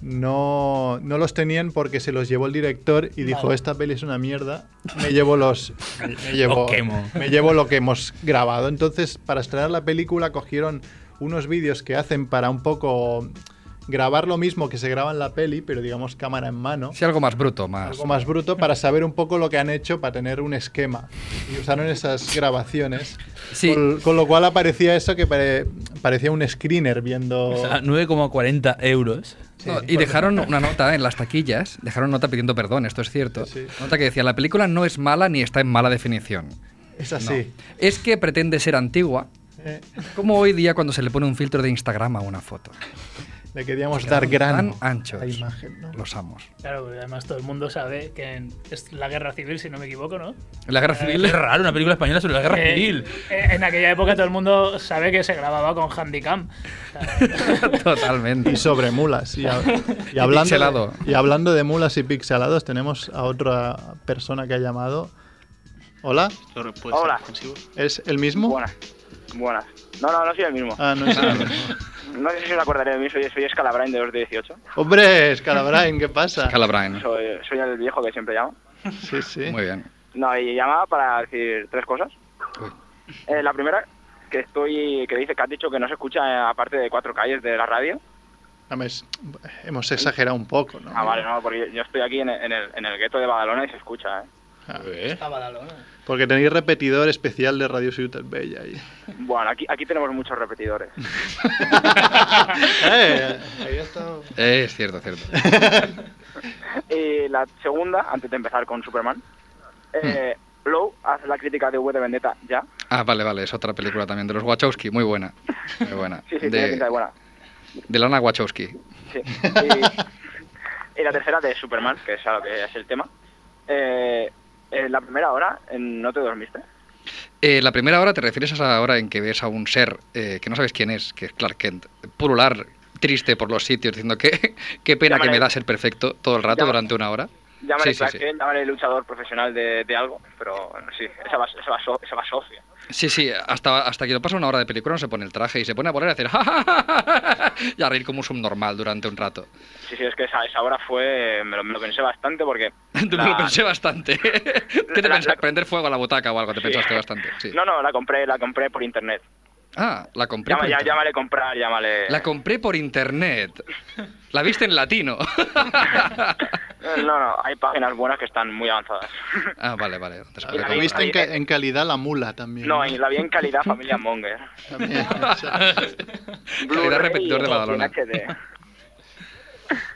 no, no los tenían porque se los llevó el director y dijo, Vale. esta peli es una mierda, me llevo los... Me, me llevo, Lo quemo. me llevo lo que hemos grabado. Entonces, para estrenar la película cogieron unos vídeos que hacen para un poco grabar lo mismo que se graba en la peli, pero digamos cámara en mano. Si algo más bruto, más. algo más bruto para saber un poco lo que han hecho para tener un esquema. Y usaron esas grabaciones. Sí. Con, con lo cual aparecía eso que pare- parecía un screener viendo. O sea, 9,40 euros. No, y dejaron una nota en las taquillas, dejaron nota pidiendo perdón, esto es cierto. Sí, sí. Nota que decía, la película no es mala ni está en mala definición. es No. así. Es que pretende ser antigua, Eh, como hoy día cuando se le pone un filtro de Instagram a una foto. le queríamos Se dar quedaron grano tan anchos. a la imagen. ¿no? Los amos. Claro, porque además todo el mundo sabe que en- es la guerra civil, si no me equivoco, ¿no? La guerra Es civil... raro, una película española sobre la guerra Eh, civil. eh, en aquella época todo el mundo sabe que se grababa con Handycam. ah, Totalmente. Y sobre mulas. Y, ha- y hablando pixelado. de, y hablando de mulas y pixelados, tenemos a otra persona que ha llamado. Hola, Hola. ¿es el mismo? Buenas. Buenas. No, no, no soy el mismo. Ah, no es el mismo. No sé si os acordaréis de mí, soy, soy Scalabrine de 218. Hombre, Scalabrine, ¿qué pasa? Calabrine. Soy, soy el viejo que siempre llamo. Sí, sí. Muy bien. No, y llamaba para decir tres cosas. Eh, la primera, que estoy, que dice que has dicho que no se escucha eh, aparte de cuatro calles de la radio. Hombre, es- Hemos exagerado un poco, ¿no? Ah, vale, no, porque yo estoy aquí en el, en el, en el gueto de Badalona y se escucha, ¿eh? A Badalona. Porque tenéis repetidor especial de Radio Ciutat Bella. ahí. Bueno, aquí, aquí tenemos muchos repetidores. Eh, Eh, es cierto, cierto. Y Eh, la segunda, antes de empezar con Superman, eh, Blow hace la crítica de V de Vendetta ya. Ah, vale, vale, es otra película también de los Wachowski, muy buena. Muy buena. Sí, sí, tiene pinta de De, buena. de Lana Wachowski. Sí. Y, y la tercera de Superman, que es a lo que es el tema. Eh, en la primera hora eh, no te dormiste. Eh, la primera hora te refieres a esa hora en que ves a un ser eh, que no sabes quién es, que es Clark Kent, purular triste por los sitios diciendo que qué pena que Llámale- me da ser perfecto todo el rato Llámale- durante una hora. Llámale sí, Clark sí. Kent, llámale luchador profesional de, de algo, pero bueno, sí, esa va, esa va, so- esa va socia. Sí, sí, hasta, hasta que no pasa una hora de película no se pone el traje y se pone a poner a hacer y a reír como un subnormal durante un rato. Sí, sí, es que esa, esa hora fue. Me lo, me lo pensé bastante porque. Tú me la- lo pensé bastante. ¿Qué te pensaste? ¿Prender fuego a la butaca o algo? Te pensaste bastante. Sí. No, no, la compré, la compré por internet. Ah, la compré. Llama- por ya- internet. llámale comprar, llámale. La compré por internet. La viste en latino. Eh, No, no, hay páginas buenas que están muy avanzadas. Ah, vale, vale. Y la viste en, ca- en calidad la mula también. No, y la vi en calidad Familia Monger. Calidad repetidor de Badalona. HD.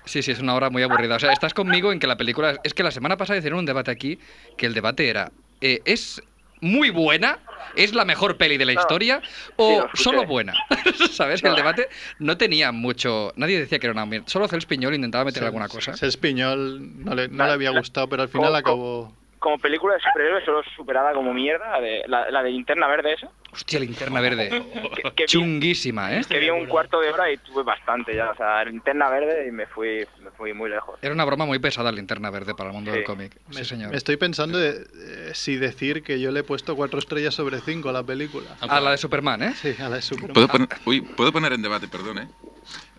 Sí, sí, es una hora muy aburrida. O sea, estás conmigo en que la película... Es que la semana pasada hicieron un debate aquí que el debate era... eh, ¿Es muy buena? ¿Es la mejor peli de la No. historia? Sí, lo ¿O escuché. solo buena? ¿Sabes? El debate no tenía mucho... Nadie decía que era una... mier- Solo Cel Piñol intentaba meter alguna cosa. Ese Espiñol no le, no le había gustado, pero al final co- acabó. Como película de superhéroes, solo superada como mierda la de, la, la de Linterna Verde esa. Hostia, linterna verde. Que, que vi, Chunguísima, ¿eh? que vi un cuarto de hora y tuve bastante ya. O sea, Linterna Verde y me fui, me fui muy lejos. Era una broma muy pesada linterna verde para el mundo del cómic. Sí, señor. Me estoy pensando de- eh, si decir que yo le he puesto cuatro estrellas sobre cinco a la película. A la de Superman, ¿eh? Sí, a la de Superman. ¿Puedo poner, uy, ¿puedo poner en debate, perdón, eh?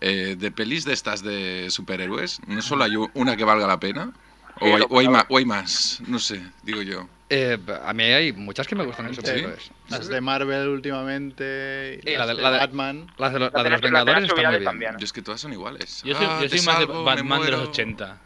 Eh, De pelis de estas de superhéroes, ¿no solo hay u- una que valga la pena? ¿O Sí, hay, lo- o hay ma- o hay más? No sé, digo yo. Eh, a mí hay muchas que me gustan pues de superhéroes. Las de Marvel últimamente. y Eh, la las de- de la de- Batman. la de lo- la de los Vengadores está muy bien. Yo es que todas son iguales. Yo soy, Ah, yo te soy más de salvo, me Batman de los muero. 80.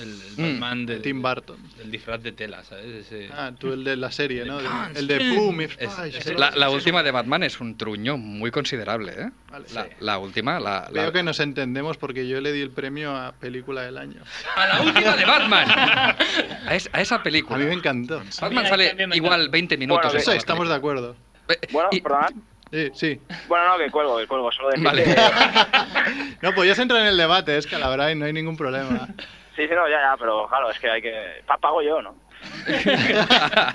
El, el Mm. Batman de, Tim Burton. El disfraz de tela, ¿sabes? Ese- Ah, tú el de la serie, ¿no? Ah, El de sí. Boom, if Es- Spice, es- ¿no? La, la última de Batman es un truño muy considerable, ¿eh? la, la última, la, la- Veo que nos entendemos porque yo le di el premio a película del año. ¡A la última de Batman! a, es- a esa película. A mí me encantó. Batman sale igual 20 minutos. Bueno, en eso toda la estamos de acuerdo. Eh, Bueno, perdonad. Sí, sí. Bueno, no, que cuelgo, que cuelgo. Solo decir Vale. que- No, podías entrar en el debate, es que la verdad no hay ningún problema. Sí, sí, no, ya, ya, pero claro, es que hay que... pa- pago yo, ¿no?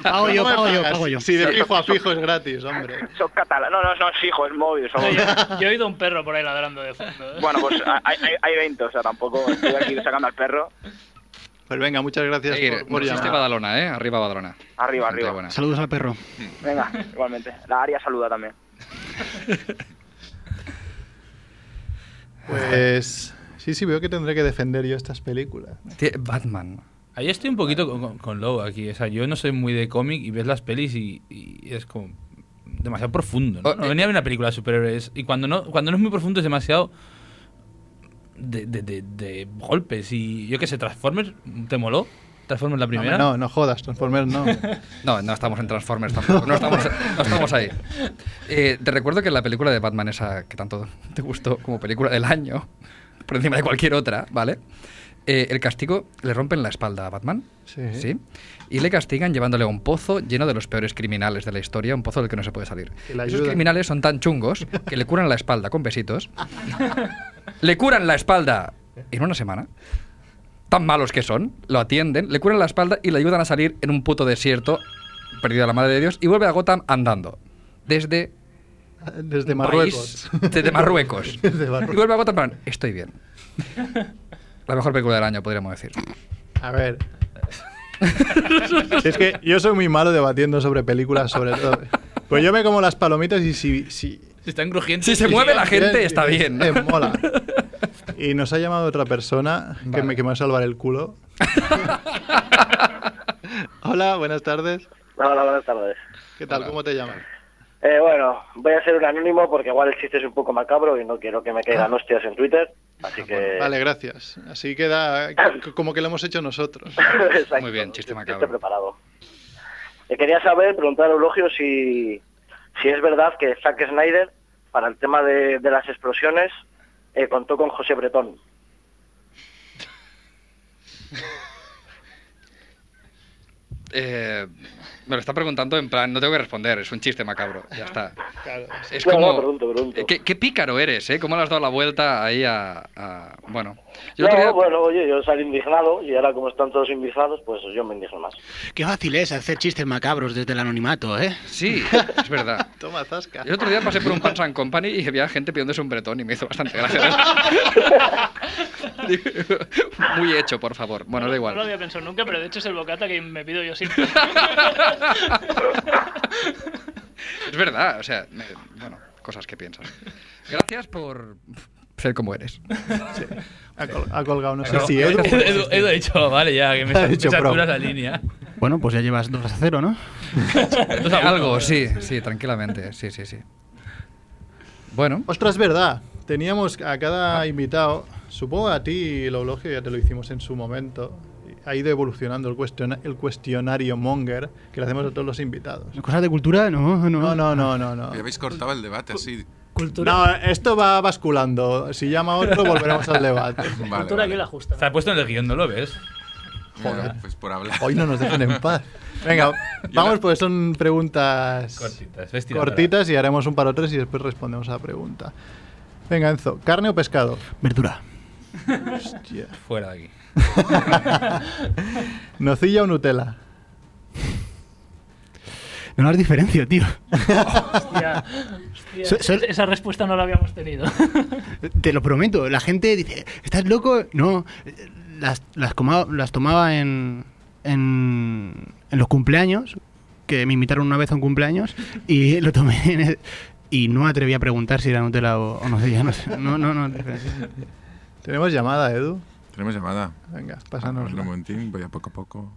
Pago yo, pago yo, pago yo. Si de fijo a fijo es gratis, hombre. Son catalán. No, no, no es fijo, es móvil. son- Yo he oído un perro por ahí ladrando de fondo. ¿eh? Bueno, pues hay, hay, hay 20, o sea, tampoco estoy aquí sacando al perro. Pues venga, muchas gracias Eh, por, por no existe llamar. Badalona, ¿eh? Arriba Badalona. Arriba, Gente arriba. buena. Saludos al perro. Venga, igualmente. La Aria saluda también. Pues sí, sí, veo que tendré que defender yo estas películas. Batman. Ahí estoy un poquito con, con, con Lobo aquí. O sea, yo no soy muy de cómic y ves las pelis y, y es como demasiado profundo. Oh, ¿no? eh, No, venía a ver una película de superhéroes y cuando no, cuando no es muy profundo es demasiado de, de- de- de golpes. Y yo qué sé, Transformers, ¿te moló? Transformers la primera. No, no jodas, Transformers no. No, no estamos en Transformers tampoco. No estamos, no estamos ahí. Eh, te recuerdo que la película de Batman, esa que tanto te gustó como película del año, por encima de cualquier otra, ¿vale? Eh, el castigo le rompen la espalda a Batman. Sí. Y le castigan llevándole a un pozo lleno de los peores criminales de la historia, un pozo del que no se puede salir. Que la Esos ayudan. criminales son tan chungos que le curan la espalda con besitos. le curan la espalda en una semana tan malos que son, lo atienden, le curan la espalda y le ayudan a salir en un puto desierto, perdido a la madre de Dios, y vuelve a Gotham andando. Desde Desde un Marruecos. país- desde Marruecos. Desde Y Marruecos. vuelve a Gotham, en plan, estoy bien. La mejor película del año, podríamos decir. A ver. Si es que yo soy muy malo debatiendo sobre películas, sobre todo. Pues yo me como las palomitas y si, si, Si están crujientes. Si se mueve la gente, está bien. Eh, mola. Y nos ha llamado otra persona que, me, que me va a salvar el culo. Hola, buenas tardes. Hola, buenas tardes. ¿Qué tal? ¿Cómo te llamas? Eh, bueno, voy a ser un anónimo porque igual el chiste es un poco macabro y no quiero que me Ah. caigan hostias en Twitter. Así que. Vale, gracias. Así queda eh, c- como que lo hemos hecho nosotros. Exacto, Muy bien, chiste Chiste macabro. preparado. Le quería saber, preguntar a Eulogio si, si es verdad que Zack Snyder, para el tema de, de las explosiones, eh, contó con José Bretón. Eh, me lo está preguntando en plan, no tengo que responder, es un chiste macabro, ya está. Es No, como... no, pregunto, pregunto. Eh, ¿Qué, qué pícaro eres, ¿eh? ¿Cómo le has dado la vuelta ahí a... a- Bueno, No, yo otro día- bueno, oye, yo salí indignado y ahora como están todos indignados, pues yo me indigno más. Qué fácil es hacer chistes macabros desde el anonimato, ¿eh? Sí, es verdad. Toma, zasca. El otro día pasé por un Pants and Company y había gente pidiéndose un bretón y me hizo bastante gracia. Digo, Muy hecho, por favor. Bueno, da No lo igual. había pensado nunca, pero de hecho es el bocata que me pido yo siempre. Es verdad, o sea, me- bueno, cosas que piensas. Gracias por ser como eres. Ha, col- ha colgado, no sé Pero- si Edu- Edu. Edu, Edu ha dicho, vale, ya, que me, Ha sa- me dicho, saturas "Pro". la línea. Bueno, pues ya llevas 2 a 0, ¿no? Algo, sí, sí, tranquilamente. Sí, sí, sí. Bueno. Ostras, es verdad. Teníamos a cada invitado, supongo a ti y el Eulogio ya te lo hicimos en su momento. Ha ido evolucionando el, cuestiona- el cuestionario Monger que le hacemos a todos los invitados. Cosas de cultura, no, No, no. no, no, Ah. no. no. Y habéis cortado el debate así. No, esto va basculando. Si llama otro, volveremos al debate. Cultura que la ajusta. Se ha puesto en el guión, ¿no lo ves? Joder. pues por hablar. Hoy no nos dejan en paz. Venga, vamos, pues son preguntas Cortitas, ves tirando. cortitas y haremos un par o tres y después respondemos a la pregunta. Venga, Enzo, ¿carne o pescado? Verdura. Hostia. Fuera de aquí. ¿Nocilla o Nutella? No las diferencio, tío. Hostia, hostia. So- so- Esa respuesta no la habíamos tenido. Te lo prometo. La gente dice, ¿estás loco? No. Las, las, coma- las tomaba en, en, en los cumpleaños, que me invitaron una vez a un cumpleaños, y lo tomé en el- y no me atreví a preguntar si era Nutella o, o no sé, ya no sé. No, no, no. Tenemos llamada, Edu. Tenemos llamada. Venga, Pásanos. pásanosla. un momentín, voy a poco a poco.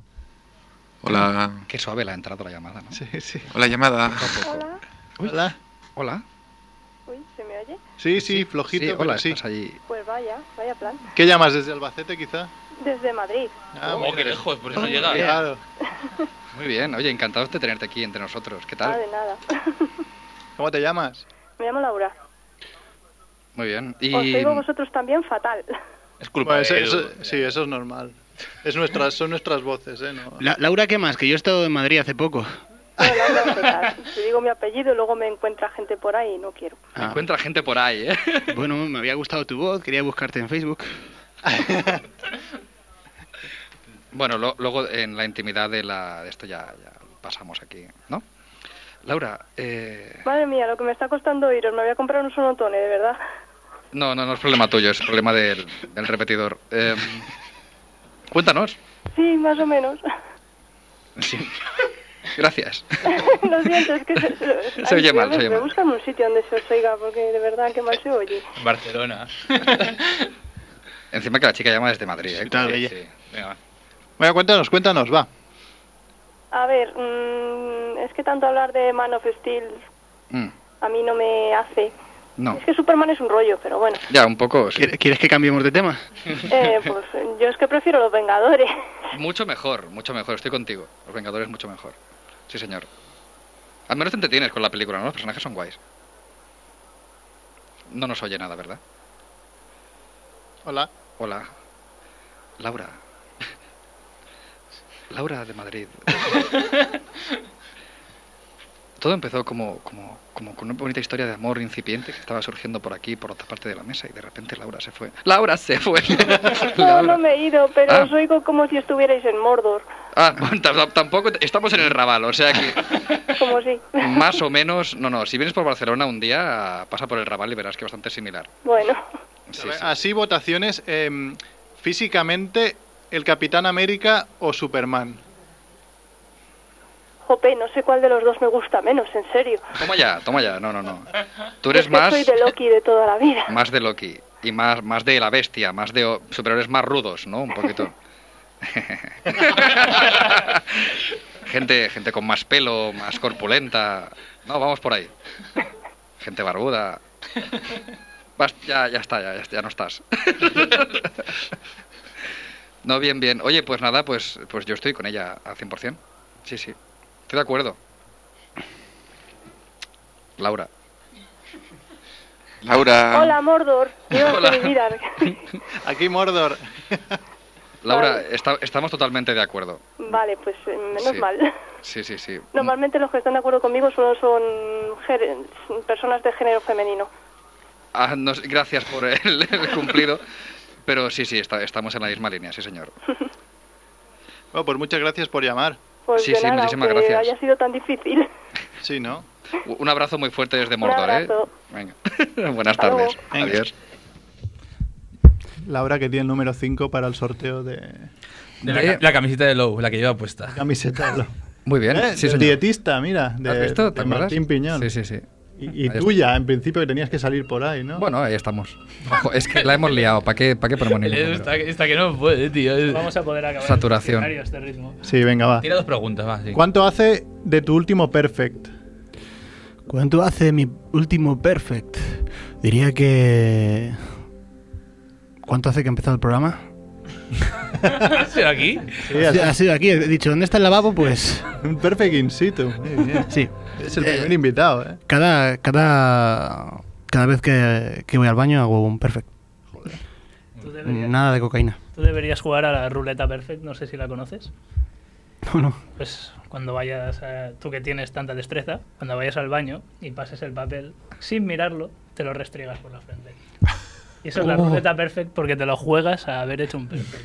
Hola. Qué suave la entrada la llamada, ¿no? Sí, sí. Hola, llamada. Hola. Hola. Hola. Uy, ¿se me oye? Sí, sí, flojito, Sí, hola, pero sí. estás allí. Pues vaya, vaya plan. ¿Qué llamas desde Albacete, quizá? Desde Madrid. Ah, Oh, qué lejos, por eso no llega. Claro. Muy bien, oye, encantados de tenerte aquí entre nosotros. ¿Qué Ah, tal? de nada. ¿Cómo te llamas? Me llamo Laura. Muy bien. Os Y oigo vosotros también fatal. es culpa Pues de eso- Edu. eh. sí, eso es normal. Es nuestras, son nuestras voces, ¿eh? No. La- Laura, ¿qué más? Que yo he estado en Madrid hace poco. Pero Laura es fatal. Si digo mi apellido, luego me encuentra gente por ahí y no quiero. Encuentra gente por ahí, ¿eh? Ah. Bueno, me había gustado tu voz, quería buscarte en Facebook. Bueno, lo- luego en la intimidad de la de esto ya, ya pasamos aquí, ¿no? Laura, eh, Madre mía, lo que me está costando oíros. Me voy a comprar un sonotone, de verdad. no, no, no es problema tuyo, es problema del, del repetidor. Eh, cuéntanos. Sí, más o menos. Sí. Gracias. lo siento, es que... Se, Se oye mal, se oye Me mal. buscan un sitio donde se os oiga, porque de verdad que mal se oye. Barcelona. Encima que la chica llama desde Madrid, ¿eh? tal, ella. Venga, va. Bueno, cuéntanos, cuéntanos, va. A ver, mm, es que tanto hablar de Man of Steel Mm, a mí no me hace... no, Es que Superman es un rollo, pero bueno. ya, un poco. sí. ¿Quieres que cambiemos de tema? Eh, pues yo es que prefiero los Vengadores. Mucho mejor, mucho mejor, estoy contigo. Los Vengadores, mucho mejor. Sí, señor. Al menos te entretienes con la película, ¿no? Los personajes son guays. No nos oye nada, ¿verdad? Hola. Hola. Laura. Laura de Madrid. Todo empezó como, como, como con una bonita historia de amor incipiente que estaba surgiendo por aquí, por otra parte de la mesa, y de repente Laura se fue. ¡Laura se fue! No, no me he ido, pero Ah. os oigo como si estuvierais en Mordor. Ah, bueno, t- tampoco estamos en el Raval, o sea que Como si. más o menos, no, no, si vienes por Barcelona un día, pasa por el Raval y verás que es bastante similar. Bueno, Sí, sí. Así votaciones, em, físicamente, el Capitán América o Superman. jope, no sé cuál de los dos me gusta menos, en serio. Toma ya, toma ya, no, no, no. Tú Es eres que más, soy de Loki de toda la vida. más de Loki y más, más de la bestia, más de o- superhéroes más rudos, ¿no? Un poquito. gente, gente con más pelo, más corpulenta. No, vamos por ahí. Gente barbuda. Vas- ya, ya está, ya, ya no estás. No, bien, bien. Oye, pues nada, pues, pues yo estoy con ella a 100%. Sí, sí. Estoy de acuerdo. Laura. Laura. Hola, Mordor. Dios Ah. Hola. de mi vida. Aquí Mordor. Laura, esta- estamos totalmente de acuerdo. Vale, pues eh, menos Sí. mal. Sí, sí, sí. Normalmente los que están de acuerdo conmigo solo son géner- personas de género femenino. Ah, no sé, gracias por el, el cumplido. Pero sí, sí, está- estamos en la misma línea, sí, señor. Bueno, pues muchas gracias por llamar. Pues Sí, de sí, nada, muchísimas aunque gracias. haya sido tan difícil. Sí, ¿no? U- Un abrazo muy fuerte desde Un Mordor, ¿eh? abrazo. Venga. Buenas Hasta tardes. luego. Venga. Adiós. Laura que tiene el número 5 para el sorteo de De la, ca- la camiseta de Low, la que lleva puesta. camiseta. Muy bien, ¿Eh? sí, Del señor. dietista, mira, de, ¿Has visto? de ¿Te acuerdas? Martín Piñón. Sí, sí, sí. Y, y Ahí tuya, en principio, que tenías que salir por ahí, ¿no? Bueno, ahí estamos. Ojo, es que la hemos liado. ¿Para qué, para qué ponemos ningún Edu número? está, está que no puede, tío. Vamos a poder acabar. Saturación. el diccionario a este ritmo. Sí, venga, va. Tira dos preguntas, va. sí. ¿Cuánto hace de tu último perfect? ¿Cuánto hace este mi último perfect? Diría que. ¿Cuánto hace que ha empezado el programa? ¿Ha sido aquí? ha, sido, ha sido aquí, he dicho, ¿dónde está el lavabo? Pues. Un perfect in situ. Sí. Es el primer invitado, ¿eh? Cada. cada. cada vez que, que voy al baño hago un perfect. Tú deberías, Nada de cocaína. tú deberías jugar a la ruleta perfect, no sé si la conoces. No, no. Pues cuando vayas, a- tú que tienes tanta destreza, cuando vayas al baño y pases el papel sin mirarlo, te lo restriegas por la frente. Y eso es la Oh. ruleta perfect porque te lo juegas a haber hecho un perfect.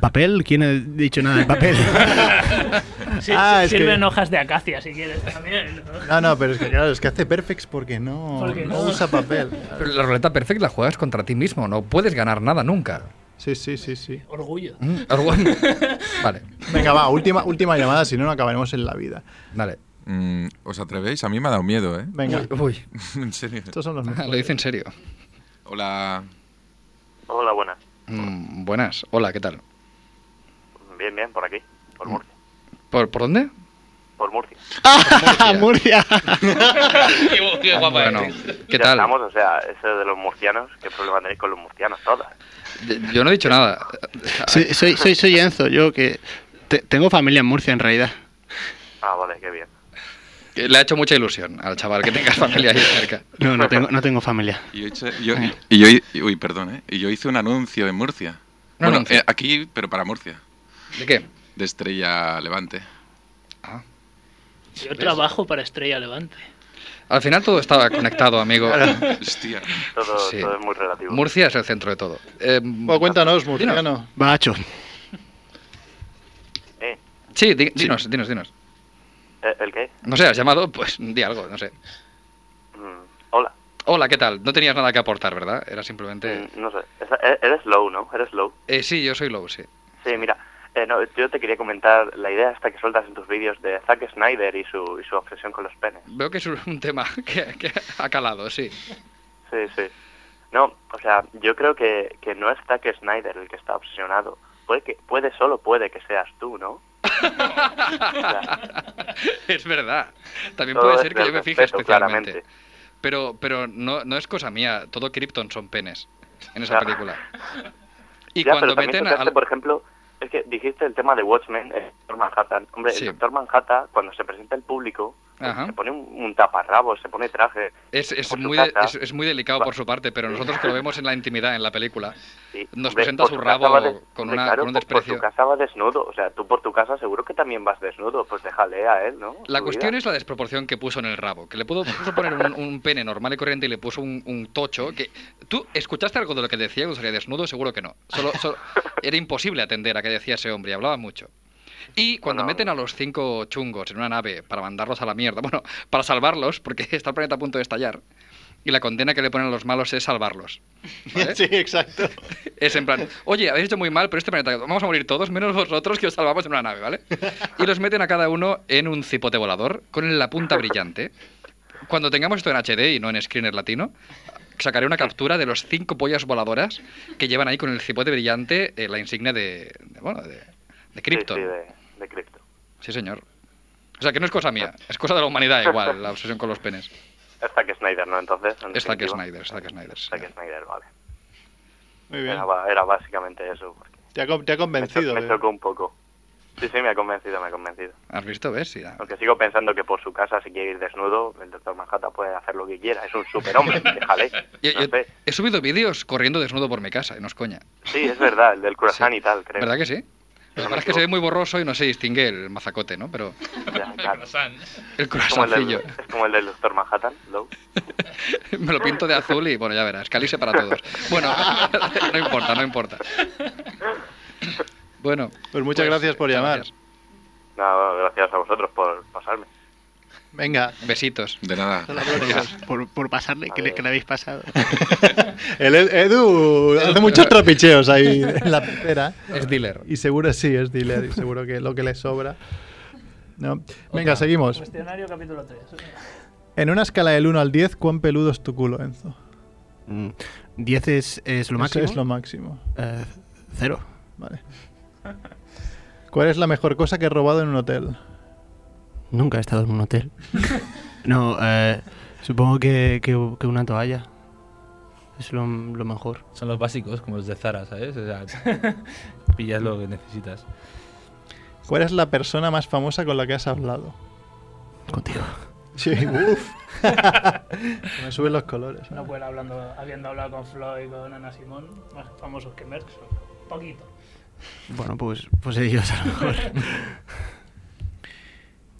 ¿Papel? ¿Quién ha dicho nada de papel? Sí, Ah, sí, es que- sirven hojas de acacia si quieres también. ¿no? No, no, pero es que claro, es que hace perfects porque no, Porque no no. usa papel. Pero la ruleta perfecta la juegas contra ti mismo. No puedes ganar nada nunca. Sí, sí, sí, sí. Orgullo. Mm, orgullo. vale, Venga, va, última, última llamada, si no, no acabaremos en la vida. dale. Mm, ¿Os atrevéis? A mí me ha dado miedo, ¿eh? Venga. Uy, uy. en serio. Estos son los mejores. Lo dice en serio. Hola. Hola, buenas. Mm, buenas. Hola, ¿qué tal? Bien, bien, por aquí. Por Murcia. ¿Por, por dónde? Por Murcia. Murcia. qué guapa Bueno, eres. ¿qué Ya tal? estamos, o sea, eso de los murcianos, ¿qué problema tenéis con los murcianos todas? Yo- Yo no he dicho nada. soy, soy, soy, soy Enzo, yo que. te- tengo familia en Murcia en realidad. Ah, vale, qué bien. Le ha hecho mucha ilusión al chaval que tengas familia ahí cerca. No, no tengo, no tengo familia. Y yo, hice- yo- y- y yo hi- uy, perdón, ¿eh? Y yo hice un anuncio en Murcia. Un bueno, anuncio. eh, aquí, pero para Murcia. ¿De qué? De Estrella Levante. Yo trabajo para Estrella Levante. Al final todo estaba conectado, amigo. Hostia. Todo, Sí. todo es muy relativo. Murcia es el centro de todo. Eh, Bueno, cuéntanos, murciano. Bacho. Eh, Sí, di- dinos, dinos, dinos. eh, ¿El qué? No sé, has llamado, pues di algo, no sé. Mm, hola. Hola, ¿qué tal? No tenías nada que aportar, ¿verdad? Era simplemente... No sé. es- e- Eres low, ¿no? Eres low. Eh, sí, yo soy Lowe, sí. Sí, mira. eh, no, yo te quería comentar la idea esta que sueltas en tus vídeos de Zack Snyder y su, y su obsesión con los penes. Veo que es un tema que, que ha calado, sí. Sí, sí. No, o sea, yo creo que, que no es Zack Snyder el que está obsesionado. Puede que, puede, solo puede que seas tú, ¿no? es verdad. También Todo puede es ser que yo del me fije respeto, especialmente. claramente. Pero, pero no, no es cosa mía. Todo Krypton son penes en esa Ya. película. Y Ya, cuando pero también meten tocaste, al- por ejemplo, es que dijiste el tema de Watchmen, el Doctor Manhattan. Hombre, Sí. ¿Ah? el Doctor Manhattan, cuando se presenta al público, pues, Ajá. se pone un, un taparrabo, se pone traje. Es, es por su muy de- casa. es, es muy delicado por su parte, pero nosotros que lo vemos en la intimidad, en la película, Sí, nos hombre, presenta por su casa rabo va des- con, hombre, una, claro, con un por- desprecio. Por tu casa va desnudo, o sea, tú por tu casa seguro que también vas desnudo, pues déjale a él, ¿no? La cuestión es la desproporción que puso en el rabo. Que le pudo, puso poner un, un pene normal y corriente y le puso un, un tocho. Que ¿Tú escuchaste algo de lo que decía que sería desnudo? Seguro que no. Solo, solo- era imposible atender a qué decía ese hombre y hablaba mucho. Y cuando meten a los cinco chungos en una nave para mandarlos a la mierda, bueno, para salvarlos, porque está el planeta a punto de estallar, y la condena que le ponen a los malos es salvarlos. Sí, exacto. Es en plan, oye, habéis hecho muy mal, pero este planeta, vamos a morir todos, menos vosotros que os salvamos en una nave, ¿vale? Y los meten a cada uno en un cipote volador con la punta brillante. Cuando tengamos esto en HD y no en screener latino, sacaré una captura de los cinco pollas voladoras que llevan ahí con el cipote brillante eh, la insignia de, de, bueno, de, de Krypton. Sí, sí, de, de Krypton. Sí, señor. O sea, que no es cosa mía, es cosa de la humanidad igual, la obsesión con los penes. Es Zack Snyder, ¿no? Entonces, en Es Zack definitiva. Snyder, es Zack Snyder. sí. Zack Snyder, vale. Muy bien. Era, ba- era básicamente eso. Te ha, con- te ha Me, cho- convencido. me eh. chocó un poco. Sí, sí, me ha convencido, me ha convencido. ¿Has visto? ¿Ves? Sí, Porque sigo pensando que por su casa, si quiere ir desnudo, el doctor Manhattan puede hacer lo que quiera. Es un superhombre, déjale. Yo- yo he subido vídeos corriendo desnudo por mi casa, y no es coña. Sí, es verdad, el del croissant Sí. y tal, creo. ¿Verdad que sí? La verdad es que se ve muy borroso y no se distingue el mazacote, ¿no? Pero Ya, claro. el Es como el del- corazoncillo. Es como el del doctor Manhattan, Low. Me lo pinto de azul y bueno, ya verás, calice para todos. Bueno, no importa, no importa. Bueno, Pues muchas gracias por llamar. No, gracias a vosotros por pasarme. Venga. Besitos. De nada. Por, por pasarle, que le, que le habéis pasado. El Ed- Edu hace muchos trapicheos ahí en la pera. Es dealer. Y seguro sí, es dealer. Y seguro que lo que le sobra. ¿no? Venga, seguimos. Cuestionario capítulo 3. En una escala del 1 al 10, ¿cuán peludo es tu culo, Enzo? 10 Mm. es, es lo Eso máximo. es lo máximo. Eh, cero. Vale. ¿Cuál es la mejor cosa que he robado en un hotel? Nunca he estado en un hotel. no, eh, supongo que, que- que una toalla. Es lo, lo mejor. Son los básicos, como los de Zara, ¿sabes? O sea, pillas lo que necesitas. ¿Cuál es la persona más famosa con la que has hablado? Contigo. Sí, uff. Me suben los colores. No puede hablando, habiendo hablado con Floyd y con Ana Simón, más famosos que Merck, son poquito. Bueno, pues, pues ellos a lo mejor.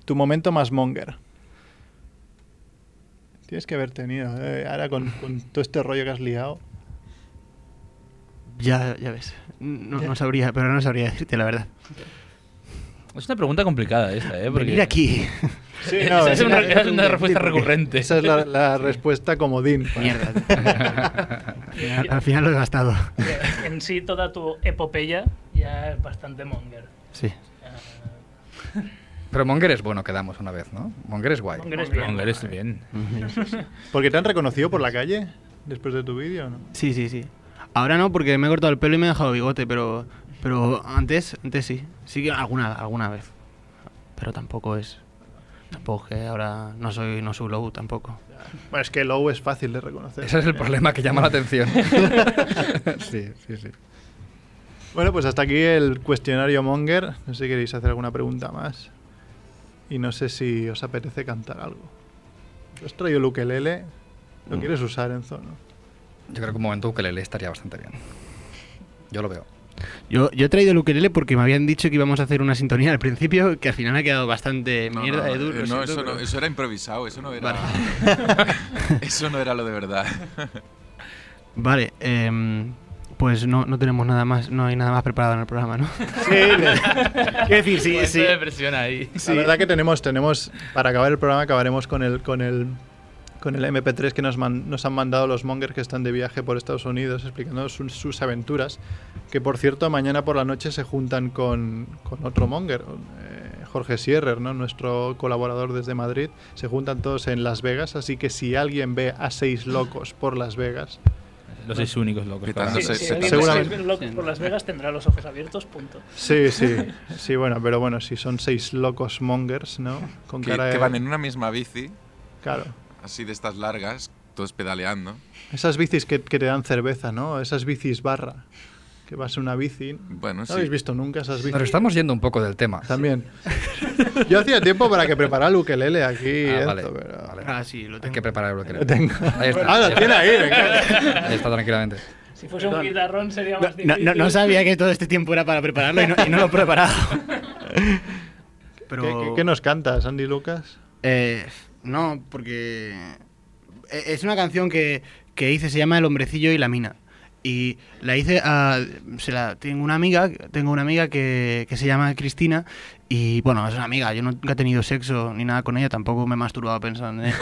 Tu momento más monger. Tienes que haber tenido, eh, ahora con, con todo este rollo que has liado. ya, ya ves. No, no sabría, pero no sabría decirte la verdad. Es una pregunta complicada esta, ¿eh? Porque... Venir aquí. Sí, es, no, es es- una, es- es una respuesta recurrente. Esa es la, la respuesta comodín. Mierda. Al, al final lo he gastado. Que En sí, toda tu epopeya ya es bastante monger. Eh, Sí. Pero Monger es bueno, quedamos una vez, ¿no? Monger es guay. Monger es bien. Monger es bien. ¿Porque te han reconocido por la calle después de tu vídeo o no? Sí, sí, sí. Ahora no, porque me he cortado el pelo y me he dejado bigote, pero, pero antes, antes sí. Sí que alguna, alguna vez. Pero tampoco es. Tampoco es que ahora no soy, no soy lobo tampoco. Bueno, es que Low es fácil de reconocer. Ese es el problema que llama la atención. sí, sí, sí. Bueno, pues hasta aquí el cuestionario Monger. No sé si queréis hacer alguna pregunta más. Y no sé si os apetece cantar algo. Yo Os traigo el ukelele. ¿Lo Mm. quieres usar, Enzo? no? Yo creo que un momento que le estaría bastante bien. Yo lo veo. Yo, yo he traído el ukelele porque me habían dicho que íbamos a hacer una sintonía al principio que al final ha quedado bastante No, mierda no, Edu, eh, lo no, siento, eso, pero- no, eso era improvisado, eso no era. eso no era lo de verdad. Vale, em, pues no, no tenemos nada más, no hay nada más preparado en el programa, ¿no? Quiero decir, sí, sí. de presión ahí. La verdad que tenemos, tenemos, para acabar el programa, acabaremos con el, con el, con el MP3 que nos, man- nos han mandado los mongers que están de viaje por Estados Unidos, explicándonos sus, sus aventuras. Que por cierto, mañana por la noche se juntan con, con otro monger, eh, Jorge Sierrer, ¿no? nuestro colaborador desde Madrid. Se juntan todos en Las Vegas, así que si alguien ve a seis locos por Las Vegas, Los seis únicos locos. Petándose, claro. Si alguien seguramente. ve locos pues por Las Vegas tendrá los ojos abiertos, punto. Sí, sí, sí, bueno, pero bueno, si son seis locos mongers, ¿no? Con Que, cara de- que van en una misma bici, Claro. así de estas largas, todos pedaleando. Esas bicis que, que te dan cerveza, ¿no? Esas bicis barra. Que vas en una bici. Bueno, no sí. habéis visto nunca esas bicis. Pero estamos yendo un poco del tema. También. Yo hacía tiempo para que preparara el ukelele aquí. Ah, Enzo, vale, pero- vale. Ah, sí, lo Hay tengo. que preparar el bloque. Lo tengo. Ahí está. Ah, lo tiene ahí, me encanta. Ahí está tranquilamente. Si fuese un guitarrón sería más No, difícil. no- no sabía que todo este tiempo era para prepararlo y no, y no lo he preparado. Pero... ¿Qué, qué- qué nos cantas, Andy Lucas? Eh, no, porque e- es una canción que, que hice, se llama El hombrecillo y la mina. Y la hice a, se la tengo una amiga, tengo una amiga que, que se llama Cristina y bueno, es una amiga, yo nunca he tenido sexo ni nada con ella, tampoco me he masturbado pensando en ella,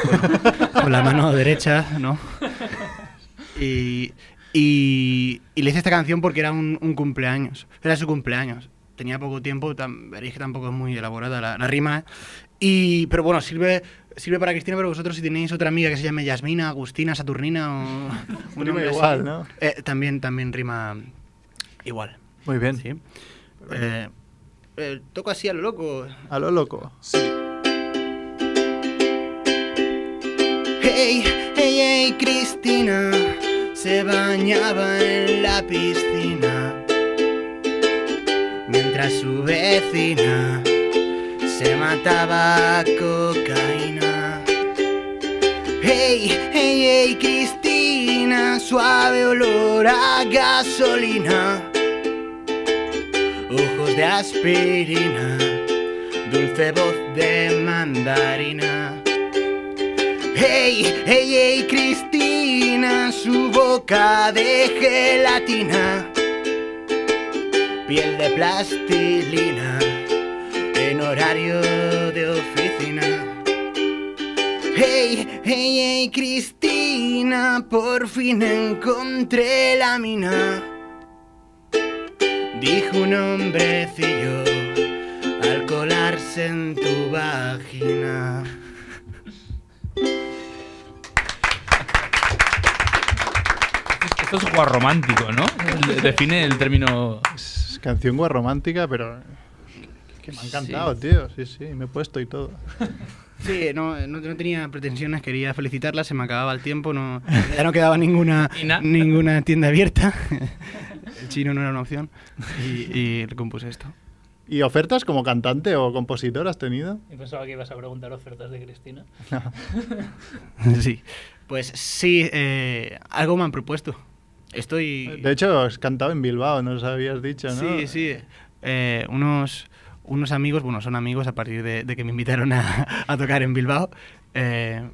con, con la mano derecha, ¿no? Y, y, y le hice esta canción porque era un, un cumpleaños, era su cumpleaños. Tenía poco tiempo, tam- veréis que tampoco es muy elaborada la, la rima. Y, pero bueno, sirve, sirve para Cristina, pero vosotros si tenéis otra amiga que se llame Yasmina, Agustina, Saturnina o... un Rima nombre así, igual, ¿no? eh, también, también rima igual. Muy bien. Sí. Eh, eh, toco así a lo loco. A lo loco. Hey, hey, hey, Cristina se bañaba en la piscina. mientras su vecina se mataba a cocaína. Hey, hey, hey, Cristina, suave olor a gasolina. Ojos de aspirina, dulce voz de mandarina. Hey, hey, hey, Cristina, su boca de gelatina, piel de plastilina, en horario de oficina. Hey, hey, hey, Cristina, por fin encontré la mina. Dijo un hombrecillo al colarse en tu vagina. Esto es guarromántico, ¿no? Define el término. Es canción guarromántica, pero. Que me ha encantado, tío. Sí, sí, me he puesto y todo. Sí, no, no, no tenía pretensiones, quería felicitarla, se me acababa el tiempo, no, ya no quedaba ninguna, ninguna tienda abierta. El chino no era una opción y, y le compuse esto. ¿Y ofertas como cantante o compositor has tenido? Y pensaba que ibas a preguntar ofertas de Cristina. Sí. Pues sí, eh, algo me han propuesto. Estoy... De hecho, has cantado en Bilbao, nos habías dicho, ¿no? Sí, sí. Eh, unos, unos amigos, bueno, son amigos a partir de, de que me invitaron a, a tocar en Bilbao, eh,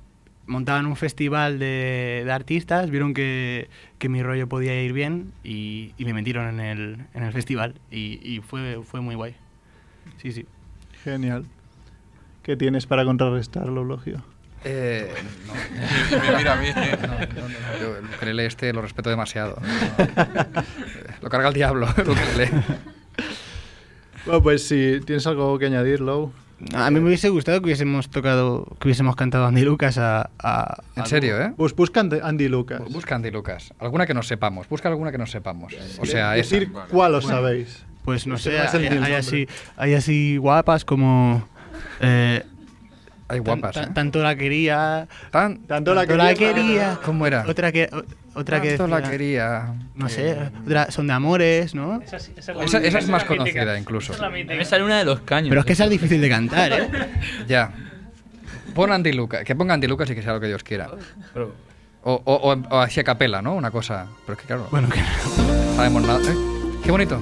montaban un festival de, de artistas, vieron que, que mi rollo podía ir bien y, y me metieron en el, en el festival y, y fue, fue muy guay. Sí, sí. Genial. ¿Qué tienes para contrarrestarlo, Logio? Eh, no. Me mira a mí. No, no, no. Yo el ukelele este lo respeto demasiado. Lo carga el diablo, el ukelele. Bueno, pues si tienes algo que añadir, Low. A mí me hubiese gustado que hubiésemos tocado, que hubiésemos cantado Andy Lucas a... a- En a- serio, ¿eh? Pues busca Andy Lucas. Busca Andy Lucas. Alguna que no sepamos. Busca alguna que no sepamos. O sea, esa. decir cuál os Bueno, sabéis. Pues no Ese sé, va a ser hay, el hay nombre. así, hay así guapas como... eh, Hay tan- guapas, tan- ¿eh? Tanto la quería... tanto la quería. quería. ¿Cómo era? Otra que... o- Otra que Tanto la decía- quería. Eh, No sé, otra- son de amores, ¿no? Esa, sí- Esa- esa es la más mítica. conocida, incluso. Esa es la mítica. Me sale una de los caños. Pero es que esa es difícil de cantar, ¿eh? ¿eh? Ya. Pon Andy Lucas. Que ponga Andy Lucas y que sea lo que Dios quiera. Pero- O, o, o, o así a capela, ¿no? Una cosa. Pero es que claro. Bueno, que no. Sabemos nada. ¿eh? Qué bonito.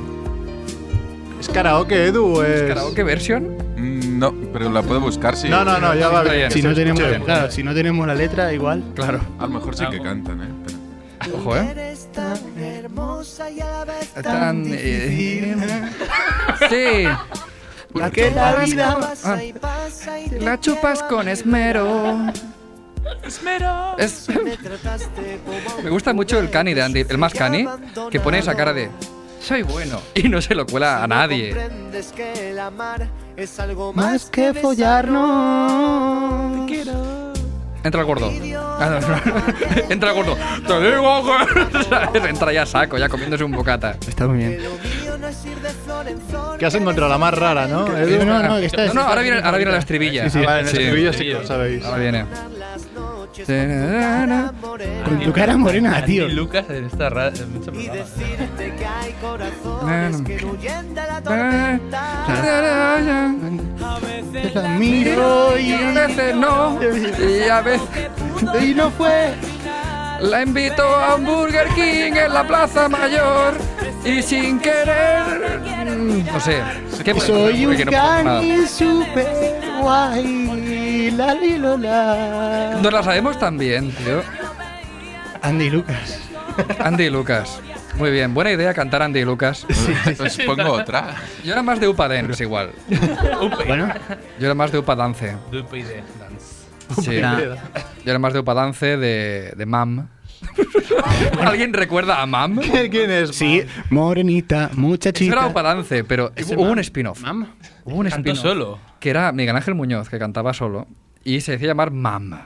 ¿Es karaoke, Edu? ¿Es Es... karaoke versión? Mm, No, pero la puedo buscar si. Pues- No, no, no, ya va bien. Si no tenemos, Escuche. claro, si no tenemos la letra, igual. Claro. A lo mejor sí que cantan, ¿eh? Pero- Ojo, ¿eh? Eres tan hermosa y a la vez tan, Tan, eh, difícil. Sí. La que La la vida vida. pasa y Ah. pasa y te La chupas con esmero. Esmero. Es- Me trataste como Me gusta mucho el cani de Andy, el más cani, que pone esa cara de soy bueno y no se lo cuela a nadie. comprendes que el amar es algo más, Más que follarnos. Entra el gordo. Ah, no, no. Entra el gordo. Te digo que-" ¿Sabes? Entra ya saco, ya comiéndose un bocata. Está muy bien. Que has encontrado la más rara, ¿no? No, Edu? no, no, que esta es- No, no, ahora viene- ahora viene la estribilla. Ah, Sí, sí, vale, en el Sí. estribillo sí que lo sabéis. Ahora viene. Con tu cara morena, tío. Andy Lucas está raro. Mucho programa. decirte que hay corazones que huyen de la tormenta. A veces la Miro y a veces no. Y a veces. Y no fue. La invito a un Burger King en la Plaza Mayor y sin querer. mm, No sé. ¿Qué Soy un Porque no puedo nada. cani super guay. La li, lo, la. Nos la sabemos también, tío. Andy Lucas. Andy y Lucas. Muy bien, buena idea cantar Andy y Lucas. Pues pongo otra. Yo era más de Upa Dance igual. Bueno. Yo era más de Upa Dance. Do pay the dance. Sí. Yo era más de Upa Dance de, de Mam. ¿Alguien recuerda a Mam? ¿Quién es? Sí, morenita, Eso era muchachita. Upa Dance, pero ¿Ese hubo Mam? un spin-off. ¿Mam? Hubo un Cantó spin-off. solo. Que era Miguel Ángel Muñoz, que cantaba solo, y se decía llamar Mam.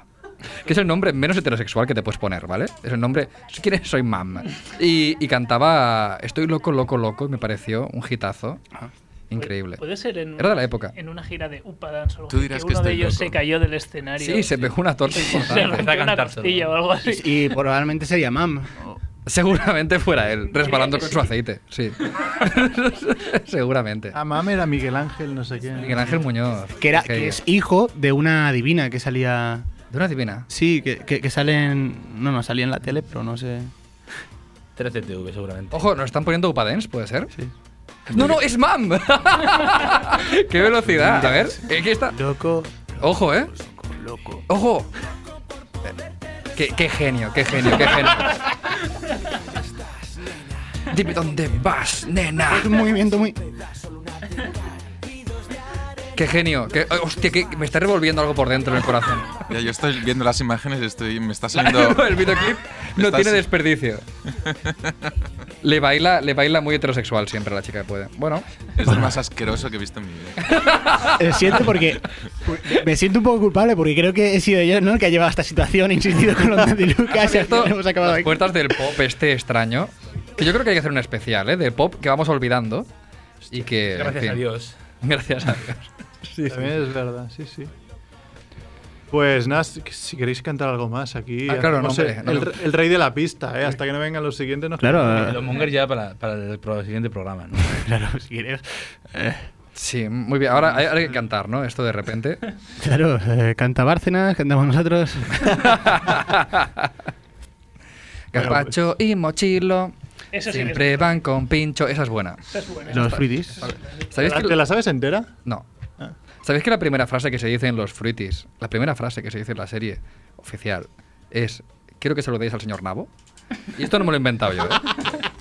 Que es el nombre menos heterosexual que te puedes poner, ¿vale? Es el nombre. ¿Quién es? Soy Mam. Y, y cantaba Estoy loco, loco, loco, y me pareció un hitazo. Ah. Increíble. Puede ser en, Era de la época. en una gira de Upa Dance o algo Tú así, dirás que que uno de estoy ellos loco. se cayó del escenario. Sí, se pegó una torta Se importante. rompió una costilla o algo así. Y probablemente sería Mam. Seguramente fuera él, resbalando con su aceite. Sí. Seguramente. Amame Ah, era Miguel Ángel, no sé Ah, qué. Miguel Ángel Muñoz. Que, era, Es que- que es hijo de una divina que salía. ¿De una divina? Sí, que, que, que sale en. No, no, salía en la tele, pero no sé. 3DTV, seguramente. Ojo, nos están poniendo upadens, ¿puede ser? Sí. No, no, es mam. Qué velocidad. A ver, aquí está. Loco. Ojo, ¿eh? Loco. Ojo. Qué, qué genio, qué genio, qué genio. Dime dónde vas, nena. Es un movimiento muy. Qué genio. Qué, ay, hostia, que me está revolviendo algo por dentro en el corazón. Ya, yo estoy viendo las imágenes y estoy, me está La- saliendo... el videoclip Me no está tiene así. desperdicio. Le baila, le baila muy heterosexual siempre a la chica que puede. Bueno. Es lo más asqueroso que he visto en mi vida. Lo Eh, siento porque. Me siento un poco culpable porque creo que he sido yo, ¿no? El que ha llevado a esta situación, he insistido con los de Ah, Lucas. y al final hemos acabado las aquí. puertas del pop este extraño. Que yo creo que hay que hacer un especial, ¿eh? De pop que vamos olvidando. Y que. en Gracias fin. a Dios. Gracias a Dios. Sí, También es verdad, sí, sí. Pues nada, si si queréis cantar algo más aquí. Ah, claro, no, hacemos el- hombre, no. el, el rey de la pista, ¿eh? Hasta que no vengan los siguientes. Nos Eh, Los Monger ya para, para el pro- siguiente programa, ¿no? Claro, si quieres. Sí, muy bien. Ahora hay, ahora hay que cantar, ¿no? Esto de repente. Claro, eh, canta Bárcenas, cantamos nosotros. pues. Gazpacho y mochilo. Eso sí que siempre van con pincho. Esa es buena. Esta es buena. Los fruitis. ¿Sabéis que- ¿Te la sabes entera? Ah. No. ¿Sabéis que la primera frase que se dice en los fruitis, la primera frase que se dice en la serie oficial es quiero que saludéis al señor Nabo? Y esto no me lo he inventado yo, ¿eh?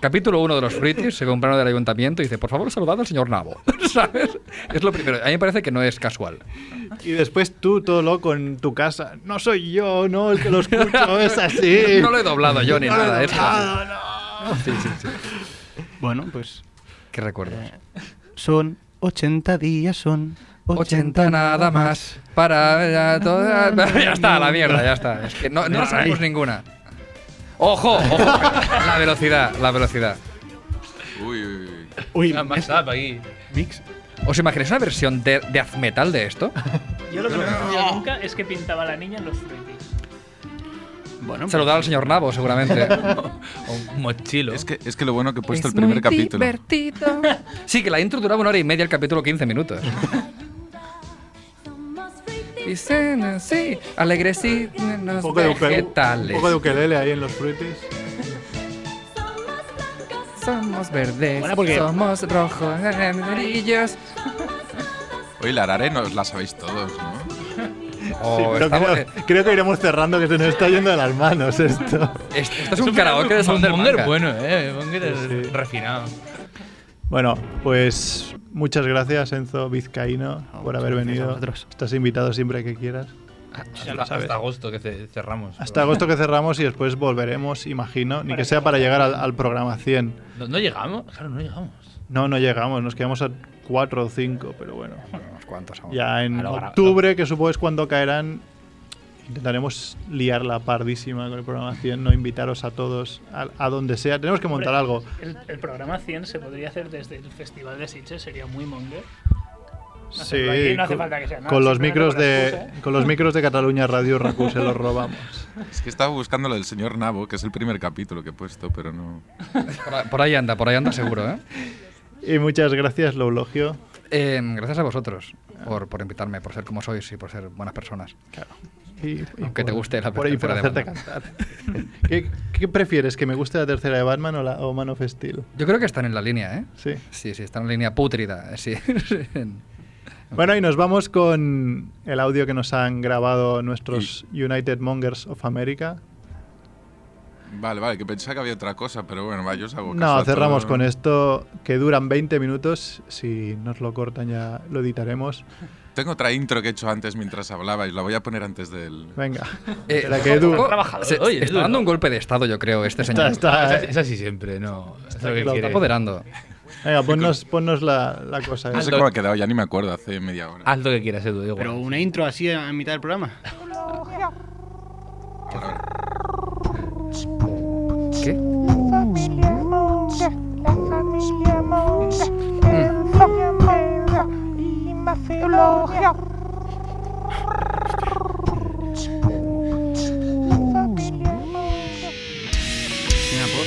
Capítulo 1 de los fruitis, se compraron del ayuntamiento y dice, por favor, saludad al señor Nabo. ¿Sabes? Es lo primero. A mí me parece que no es casual. Y después tú, todo loco, en tu casa. No soy yo, no, el que lo escucho es así. No lo he doblado yo ni No lo he nada. es así. doblado, Sí, sí, sí. Bueno, pues. eh, ¿Qué recuerdos? Son 80 días, son 80 nada más. Para. Ya, todo- ya está, la mierda, ya está. Es que no, no sabemos ninguna. ¡Ojo! ¡Ojo! La velocidad, la velocidad. Uy, uy, uy. Uy, más WhatsApp aquí. Mix. ¿Os imagináis una versión de, de death metal de esto? Yo lo que no entendía nunca es que pintaba la niña en los fruitis. Bueno, Saludar al señor Nabo, seguramente. O mochilo. Es que, es que lo bueno que he puesto el primer muy capítulo. divertido. Sí, que la intro duraba una hora y media, el capítulo 15 minutos. Y cena, sí, alegres sí, Un nos poco, de ukelele, un vegetales. poco de ukelele ahí en los fruitis. Somos verdes, Bueno, porque- somos rojos, eh, amarillos. Oye, la arare nos la sabéis todos, ¿no? Oh, Oh, Sí, pero creo, creo que iremos cerrando, que se nos está yendo de las manos esto. Esto es un karaoke de Salón del Monger Manga. bueno, ¿eh? Monger es refinado. Bueno, pues muchas gracias, Enzo Vizcaíno, por haber gracias a venido. vosotros. Estás invitado siempre que quieras. Hasta, hasta agosto que ce- cerramos. Hasta agosto que cerramos y después volveremos, imagino, ni que sea para llegar al, al programa 100. ¿No, no llegamos? Claro, no llegamos. No, no llegamos, nos quedamos a 4 o 5, pero bueno. Unos cuantos aún. Ya en A lo gra- octubre, que supongo es cuando caerán, intentaremos liar la pardísima con el programa 100, no invitaros a todos a, a donde sea. Tenemos que montar algo. El, el programa 100 se podría hacer desde el Festival de Sitges, sería muy monger. Sí, Hacerlo aquí, no hace con, falta que sea nada, con los simplemente micros con la de excusa, ¿eh? con los micros de Cataluña Radio Raku se los robamos. Es que estaba buscando lo del señor Nabo, que es el primer capítulo que he puesto, pero no. Por, ahí- por ahí anda, por ahí anda seguro, ¿eh? Y muchas gracias, Loulogio. Eh, gracias a vosotros por, por invitarme, por ser como sois y por ser buenas personas. Y, y Aunque te guste la por, y por tercera de hacerte Batman. cantar. ¿Qué, qué prefieres? ¿Que me guste la tercera de Batman o, la, o Man of Steel? Yo creo que están en la línea, ¿eh? Sí. Sí, sí, están en línea pútrida. eh, Sí. Bueno, y nos vamos con el audio que nos han grabado nuestros United Mongers of America. Vale, vale, que pensaba que había otra cosa, pero bueno, va, yo os hago caso No, a cerramos todo. con esto, que duran 20 minutos. Si nos lo cortan ya lo editaremos. Tengo otra intro que he hecho antes mientras hablabais, la voy a poner antes del... Venga. Eh, Espera que Edu- se- oye, está Edu, dando ¿no? eh. un golpe de estado, yo creo, este Está, señor. está, Es así siempre, no. Es lo que Lo está quiere. apoderando. Venga, ponnos, ponnos la, la cosa. ¿eh? No sé esa. cómo ha quedado, ya ni me acuerdo, hace media hora. Haz lo que quieras, Edu, da igual. Pero una intro así en mitad del programa. ¿Qué? Mm. Mira, po-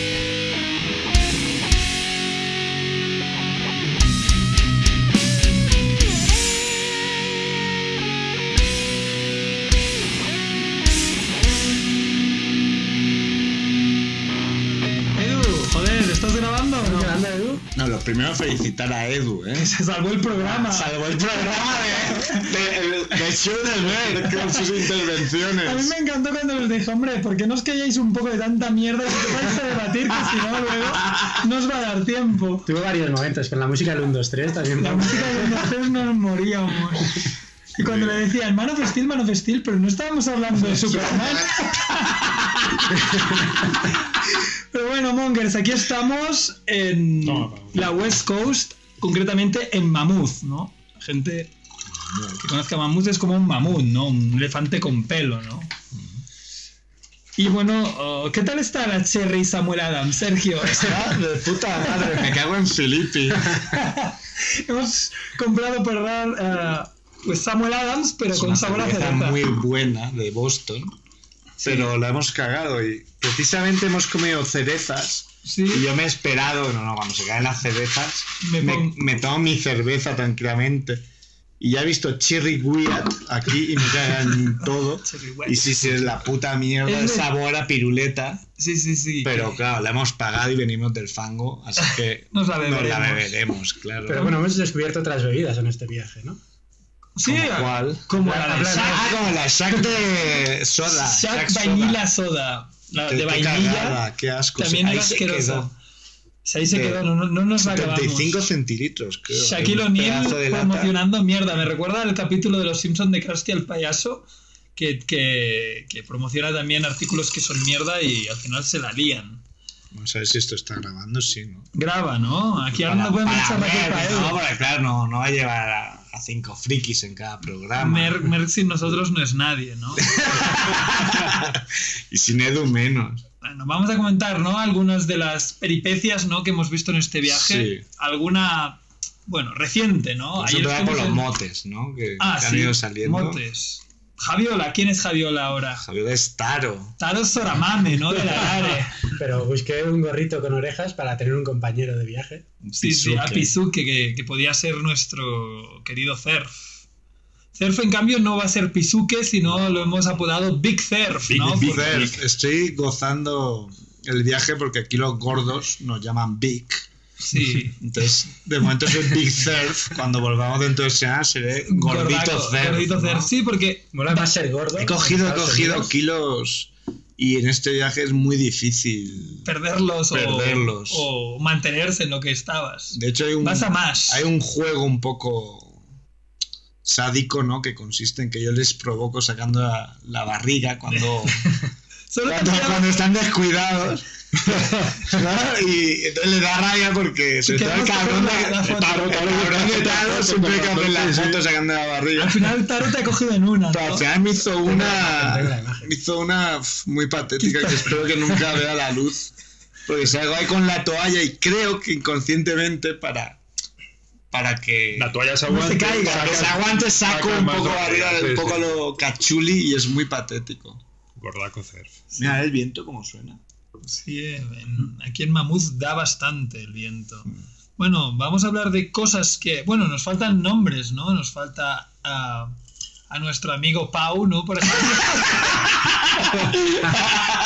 No, lo primero felicitar a Edu, ¿eh? Que se salvó el programa. Salvó el programa ¿eh? de, de, ¿eh? de Schudelberg con sus intervenciones. A mí me encantó cuando les dije, hombre, ¿por qué no os calláis un poco de tanta mierda que vais a debatir? Que si no, luego no os va a dar tiempo. Tuve varios momentos, pero la música del 1, 2, 3 también. La música de los tres nos moríamos. Y cuando le decían Man of Steel, Man of Steel, pero no estábamos hablando de Superman. pero bueno, Mongers, aquí estamos en la West Coast, concretamente en Mammoth, ¿no? Gente que conozca Mammoth es como un mamut, ¿no? Un elefante con pelo, ¿no? Y bueno, oh, ¿qué tal está la Cherry Samuel Adams, Sergio? de puta madre, me cago en Filippi. Hemos comprado, perdón, eh, pues Samuel Adams, pero Es con una sabor a cerveza cereza. muy buena de Boston, pero la hemos cagado y precisamente hemos comido cerezas. Y yo me he esperado, no, no, cuando se caen las cerezas, me, me tomo mi cerveza tranquilamente. Y ya he visto Cherry Wyatt aquí y me cagan todo. Y sí, sí, es la puta mierda, Es el de- sabor a piruleta. Sí, sí, sí. Pero claro, la hemos pagado y venimos del fango, así que Nos la beberemos. beberemos, claro. Pero bueno, hemos descubierto otras bebidas en este viaje, ¿no? Sí, ¿Cuál? como la de Shaq. Ah, como la Shaq de soda. Shaq Shaq Vanilla Soda. La Qué- de qué vainilla. cagada, qué asco. También Ahí era se asqueroso. quedó. Ahí se De quedó, no, no nos la acabamos. 75 centilitros, creo. Shaquille Un pedazo de O'Neal lata. promocionando mierda. Me recuerda el capítulo de Los Simpsons de Krusty el payaso, que, que, que promociona también artículos que son mierda y al final se la lían. Vamos a ver si esto está grabando, sí, ¿no? Graba, ¿no? Aquí ahora Para- no podemos para echar la ¿eh? ver, culpa a él. No, porque claro, no, no va a llevar a, a cinco frikis en cada programa. Merck, Merck sin nosotros no es nadie, ¿no? Y sin Edu menos. Bueno, vamos a comentar, ¿no? Algunas de las peripecias, ¿no? Que hemos visto en este viaje. Alguna, bueno, reciente, ¿no? Eso Ayer te da por estuvimos los en- motes, ¿no? Que, Ah, que sí, han ido saliendo. motes. Javiola, ¿quién es Javiola ahora? Javiola es Taro. Taro Soramame, ¿no? De la Lare. Pero busqué un gorrito con orejas para tener un compañero de viaje. Sí, sí, a Pizuque, que, que podía ser nuestro querido Cerf. Cerf, en cambio, no va a ser Pizuque, sino lo hemos apodado Big Cerf, Big, ¿no? Big Porque- Bird. Estoy gozando el viaje porque aquí los gordos nos llaman Big. Sí. Entonces, de momento soy Big Surf. Cuando volvamos dentro de ese ah, seré Gordito Gordaco, Surf. Gordito Cerf, sí, porque... Mola más ser gordo. He cogido, he Estados cogido Unidos. kilos y en este viaje es muy difícil Perderlos, o- perderlos. O, mantenerse en lo que estabas. De hecho, hay un, Vas a más. hay un juego un poco sádico, ¿no? Que consiste en que yo les provoco sacando la, la barriga cuando, Solo cuando, cuando están descuidados. ¿no? Y entonces le da rabia porque sobre todo el Queremos sacar cabrón de, la- la foto. el cabrón de Taro siempre que hace la foto sacando la barriga. Al final Taro te ha cogido en una, Pero ¿no? al final me hizo una, me hizo una f- muy patética que espero que nunca vea la luz. Porque salgo ahí con la toalla y creo que inconscientemente para, para que la toalla se no se aguante, caiga, saca- que se aguante saco saca un más poco la arriba, toalla, un sí, poco sí. lo cachuli y es muy patético. Gordaco Cerf. Mira el viento como suena. Sí, eh, en- aquí en Mamuz da bastante el viento. Mm. Bueno, vamos a hablar de cosas que. Bueno, nos faltan nombres, ¿no? Nos falta ah, a, nuestro amigo Pau, ¿no? Por ejemplo.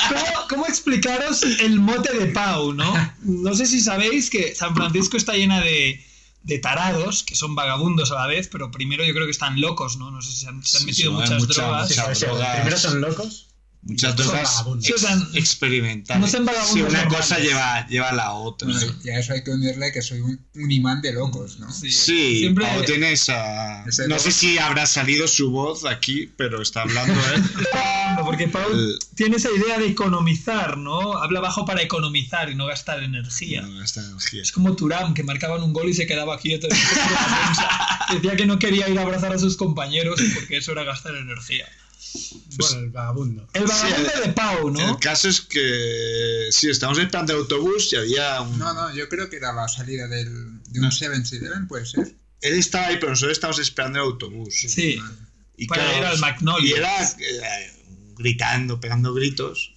¿Cómo, cómo explicaros el mote de Pau, no? No sé si sabéis que San Francisco está llena de, de tarados, que son vagabundos a la vez, pero primero yo creo que están locos, ¿no? No sé si se han, se han metido sí, muchas mucha- drogas. mucha Sí, sí, droga. Primero son locos. Muchas Son drogas vagabundos. ex- Sí, o sea, experimentales. no son vagabundos Sí, una normales. cosa lleva, lleva a la otra. Y a eso hay que unirle que soy un, un imán de locos, ¿no? Sí, Siempre- Pau tiene esa... Ese- No sé si habrá salido su voz aquí, pero está hablando ¿eh? él. Porque Pau tiene esa idea de economizar, ¿no? Habla bajo para economizar y no gastar energía. Es como Turam, que marcaban un gol y se quedaba quieto. en el centro de la defensa. Decía que no quería ir a abrazar a sus compañeros porque eso era gastar energía. Bueno, el vagabundo. El vagabundo de Pau, ¿no? El caso es que sí, estamos en plan de autobús y había un... No, no, yo creo que era la salida del, de un 7-7, puede ser. Él estaba ahí, pero nosotros estábamos esperando el autobús. Sí. Y Para ir al Magnolia. Y era eh, gritando, pegando gritos,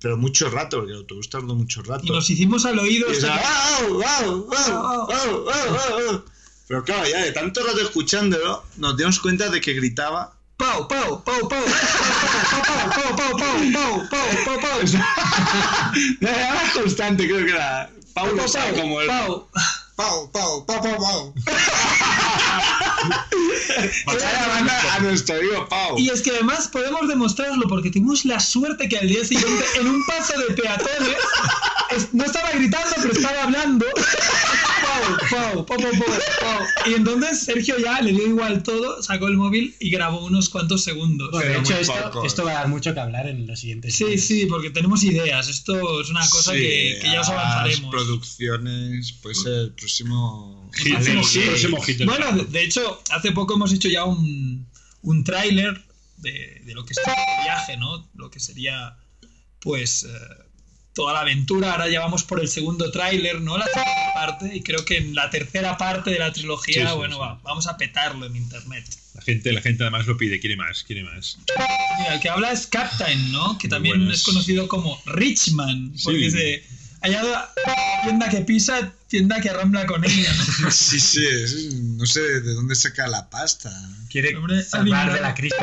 pero mucho rato, porque el autobús tardó mucho rato. Y nos hicimos al oído. Y hasta era, que- "Au, au, au, au, au, au". Pero claro, ya de tanto rato escuchándolo, nos dimos cuenta de que gritaba Pau, Pau, Pau, Pau, Pau, Pau, Pau, Pau, Pau, Pau, Pau, Pau. Era más constante, creo que era. Paulo Pau, sabe Pau, cómo era. Pau. Pau, Pau, Pau, Pau, Pau. Era la banda a nuestro amigo Pau. Y es que además podemos demostrarlo porque tuvimos la suerte que al día siguiente en un paso de peatones es- no estaba gritando pero estaba hablando. Pau, pau, pau, pau, pau, pau. Y entonces Sergio ya le dio igual todo, sacó el móvil y grabó unos cuantos segundos. Bueno, de hecho, esto, esto va a dar mucho que hablar en los siguientes. Sí, sí, porque tenemos ideas. Esto es una cosa Sí, que, que ya os a las ah, avanzaremos. producciones, puede ser el próximo. Sí, sí. Bueno, de, de hecho, hace poco hemos hecho ya un, un tráiler de, de lo que sería el viaje, ¿no? Lo que sería, pues, eh, toda la aventura. Ahora ya vamos por el segundo tráiler, ¿no? La segunda parte. Y creo que en la tercera parte de la trilogía, Sí, sí, bueno, sí. va- vamos a petarlo en internet. La gente, la gente además lo pide, quiere más, quiere más. Mira, el que habla es Captain, ¿no? Que también es conocido como Richman, porque Sí. se hallada tienda que pisa, tienda que arrambla con ella, ¿no? Sí, sí, es- no sé de dónde saca la pasta. Quiere salvar de la crisis.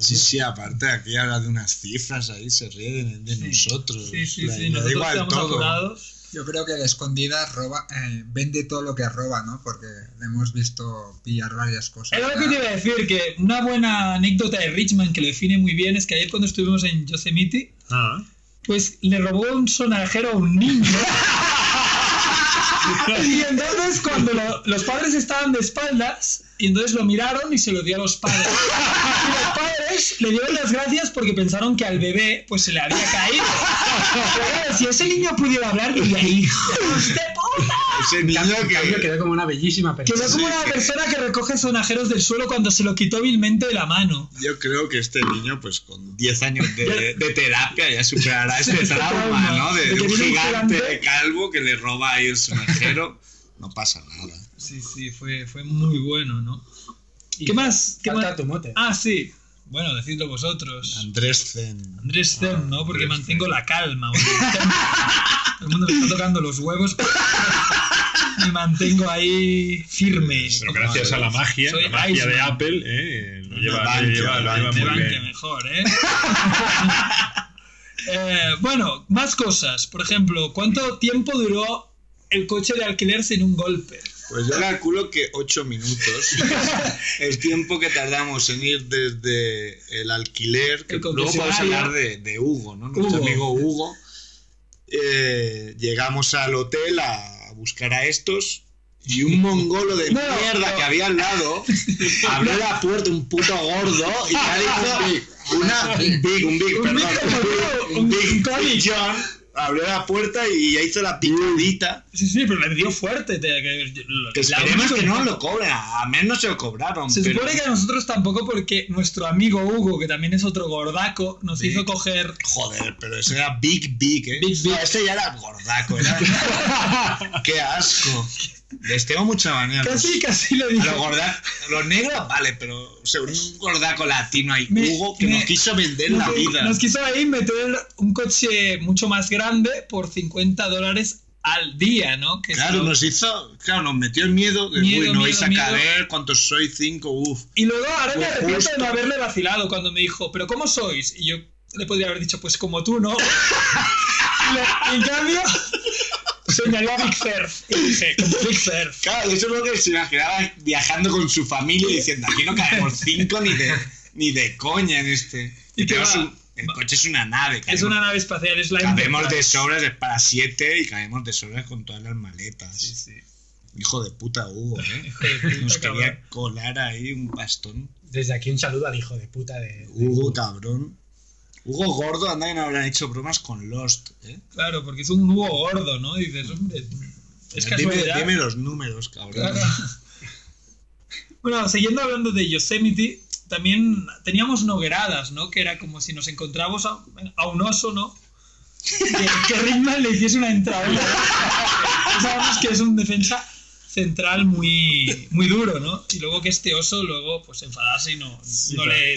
Sí, sí, aparte aquí habla de unas cifras, ahí se ríe de, de nosotros. Le- le pues, da igual todo. Yo creo que de escondidas roba, eh, vende todo lo que roba, ¿no? Porque le hemos visto pillar varias cosas. Es lo que te iba a decir, que una buena anécdota de Richman que lo define muy bien es que ayer cuando estuvimos en Yosemite, pues le robó un sonajero a un niño. y entonces cuando lo- los padres estaban de espaldas, y entonces lo miraron y se lo dio a los padres. Y los padres le dieron las gracias porque pensaron que al bebé pues se le había caído. Pero claro, si ese niño pudiera hablar, diría, hijo de puta. Ese niño que quedó como una bellísima persona. Quedó como una persona que recoge sonajeros del suelo cuando se lo quitó vilmente de la mano. Yo creo que este niño, pues con 10 años de, de terapia, ya superará este Este trauma, trauma, ¿no? De, de de que un tiene un gigante gigante. calvo que le roba ahí el sonajero. No pasa nada. Sí, sí, fue, fue muy bueno, ¿no? ¿Qué más? ¿Qué más? Ah, sí. Bueno, decidlo vosotros. Andrés Zen. Andrés Zen, ¿no? Porque mantengo la calma. o sea, Todo el mundo me está tocando los huevos. Me mantengo ahí firme. Pero gracias a la magia, Soy la magia de Iceman. Apple, eh, lo lleva, banca, lo lleva- lo lleva banca, muy banca bien. mejor, ¿eh? Eh, Bueno, más cosas. Por ejemplo, ¿cuánto tiempo duró el coche de alquiler sin un golpe? Pues yo calculo que 8 minutos. el tiempo que tardamos en ir desde el alquiler, que El luego podemos concesionario. hablar de, de Hugo, ¿no? Nuestro Hugo. amigo Hugo. Eh, llegamos al hotel a buscar a estos. Y un mongolo de No, mierda no. que había al lado abrió la puerta, un puto gordo, y ya le hizo una, un big, un big, perdón, un big, un big John, abrió la puerta y ya hizo la picadita. Sí, sí, pero le dio fuerte. te- que, Que la esperemos única- que no lo cobren, a menos se lo cobraron. Se pero- supone que a nosotros tampoco porque nuestro amigo Hugo, que también es otro gordaco, nos Sí. hizo coger... Joder, pero ese era Big Big, ¿eh? No, ese ya era gordaco, era... ¡Qué asco! Les tengo mucha manía. Casi, los- casi le a dije. Los, gorda- los negros, vale, pero o sea, un gordaco latino ahí, Hugo, que me- nos quiso vender la Nos- vida. Nos quiso ahí meter un coche mucho más grande por 50 dólares al día, ¿no? Que es Claro, lo- nos hizo, claro, nos metió el miedo de, Miedo, uy, no miedo, vais a miedo. caber, cuántos soy, cinco, uff. Y luego ahora me Lo arrepiento de justo. no haberle vacilado cuando me dijo, ¿pero cómo sois? Y yo le podría haber dicho, pues como tú, ¿no? y, le- y en cambio, señaló a Big Surf. Y dije, como Big Surf. Claro, yo creo que se imaginaba viajando con su familia y diciendo, aquí no cabemos cinco ni de, ni de coña en este. Y Y que tenemos va. un- el coche es una nave, Es cabemos- una nave espacial, es la Cabemos de Enterprise. sobras es para siete y cabemos de sobras con todas las maletas. Hijo de puta Hugo, ¿eh? Nos quería colar ahí un bastón. Desde aquí un saludo al hijo de puta de. Hugo, cabrón. Hugo gordo, anda que no habrán hecho bromas con Lost, ¿eh? Claro, porque es un Hugo gordo, ¿no? Y dices, hombre, es dime, casualidad. dime los números, cabrón. Claro. Bueno, siguiendo hablando de Yosemite, también teníamos nogueradas, ¿no? Que era como si nos encontrábamos a, a un oso, ¿no? Que, que Rickman le hiciese una entrada. Sabemos que es un defensa central muy, muy duro, ¿no? Y luego que este oso luego pues se enfadase y no, no, pero- le,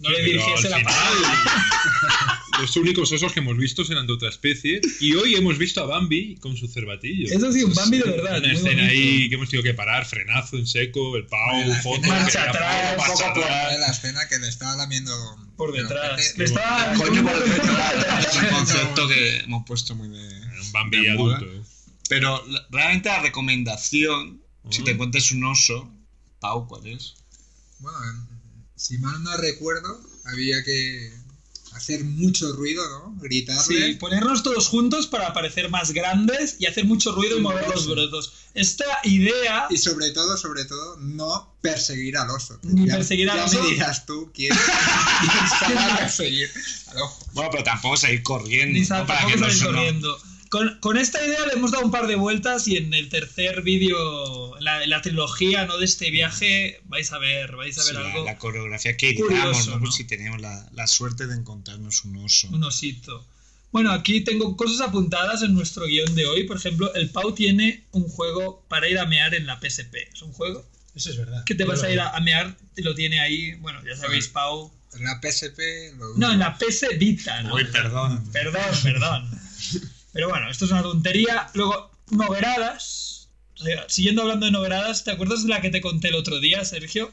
no le pero dirigiese al la final- palabra. los únicos osos que hemos visto eran de otra especie. Y hoy hemos visto a Bambi con su cervatillo. Pues, eh, Eso sí, un Bambi de verdad, Una muy escena bonito. ahí que hemos tenido que parar, frenazo en seco, el pau, foto. Marcha que era atrás, pau, marcha poco por- atrás. la escena que le estaba lamiendo por detrás. Le estaba coño por detrás. Es un concepto que hemos puesto muy de un Bambi adulto, eh. Pero la- realmente la recomendación, si te Oh. encuentras un oso, Pau, ¿cuál es? Bueno, en- si mal no recuerdo, había que hacer mucho ruido, ¿no? Gritarle. Sí, ponernos todos juntos para parecer más grandes y hacer mucho ruido y mover los brazos. Esta idea. Y sobre todo, sobre todo, no perseguir al oso. Ni Ya- perseguir al ya oso. me dirás tú quién, quién se va a perseguir al ojo. Bueno, pero tampoco salir corriendo. Ni sa- tampoco salir corriendo. Con, con esta idea le hemos dado un par de vueltas y en el tercer vídeo, en la, en la trilogía ¿no? de este viaje, vais a ver, vais a ver la, algo. la coreografía que curioso, ideamos, ¿no? ¿no? Si tenemos la, la suerte de encontrarnos un oso. Un osito. Bueno, aquí tengo cosas apuntadas en nuestro guión de hoy. Por ejemplo, el Pau tiene un juego para ir a mear en la PSP. Es un juego Eso es verdad. que te Yo vas lo a ir vi. a, a mear y lo tiene ahí. Bueno, ya sabéis, Pau. En la PSP. Lo... No, en la PS Vita. ¿no? Uy, perdón. Perdón, perdón. Pero bueno, esto es una tontería. Luego, noveradas. O sea, Siguiendo hablando de noveradas, ¿te acuerdas de la que te conté el otro día, Sergio?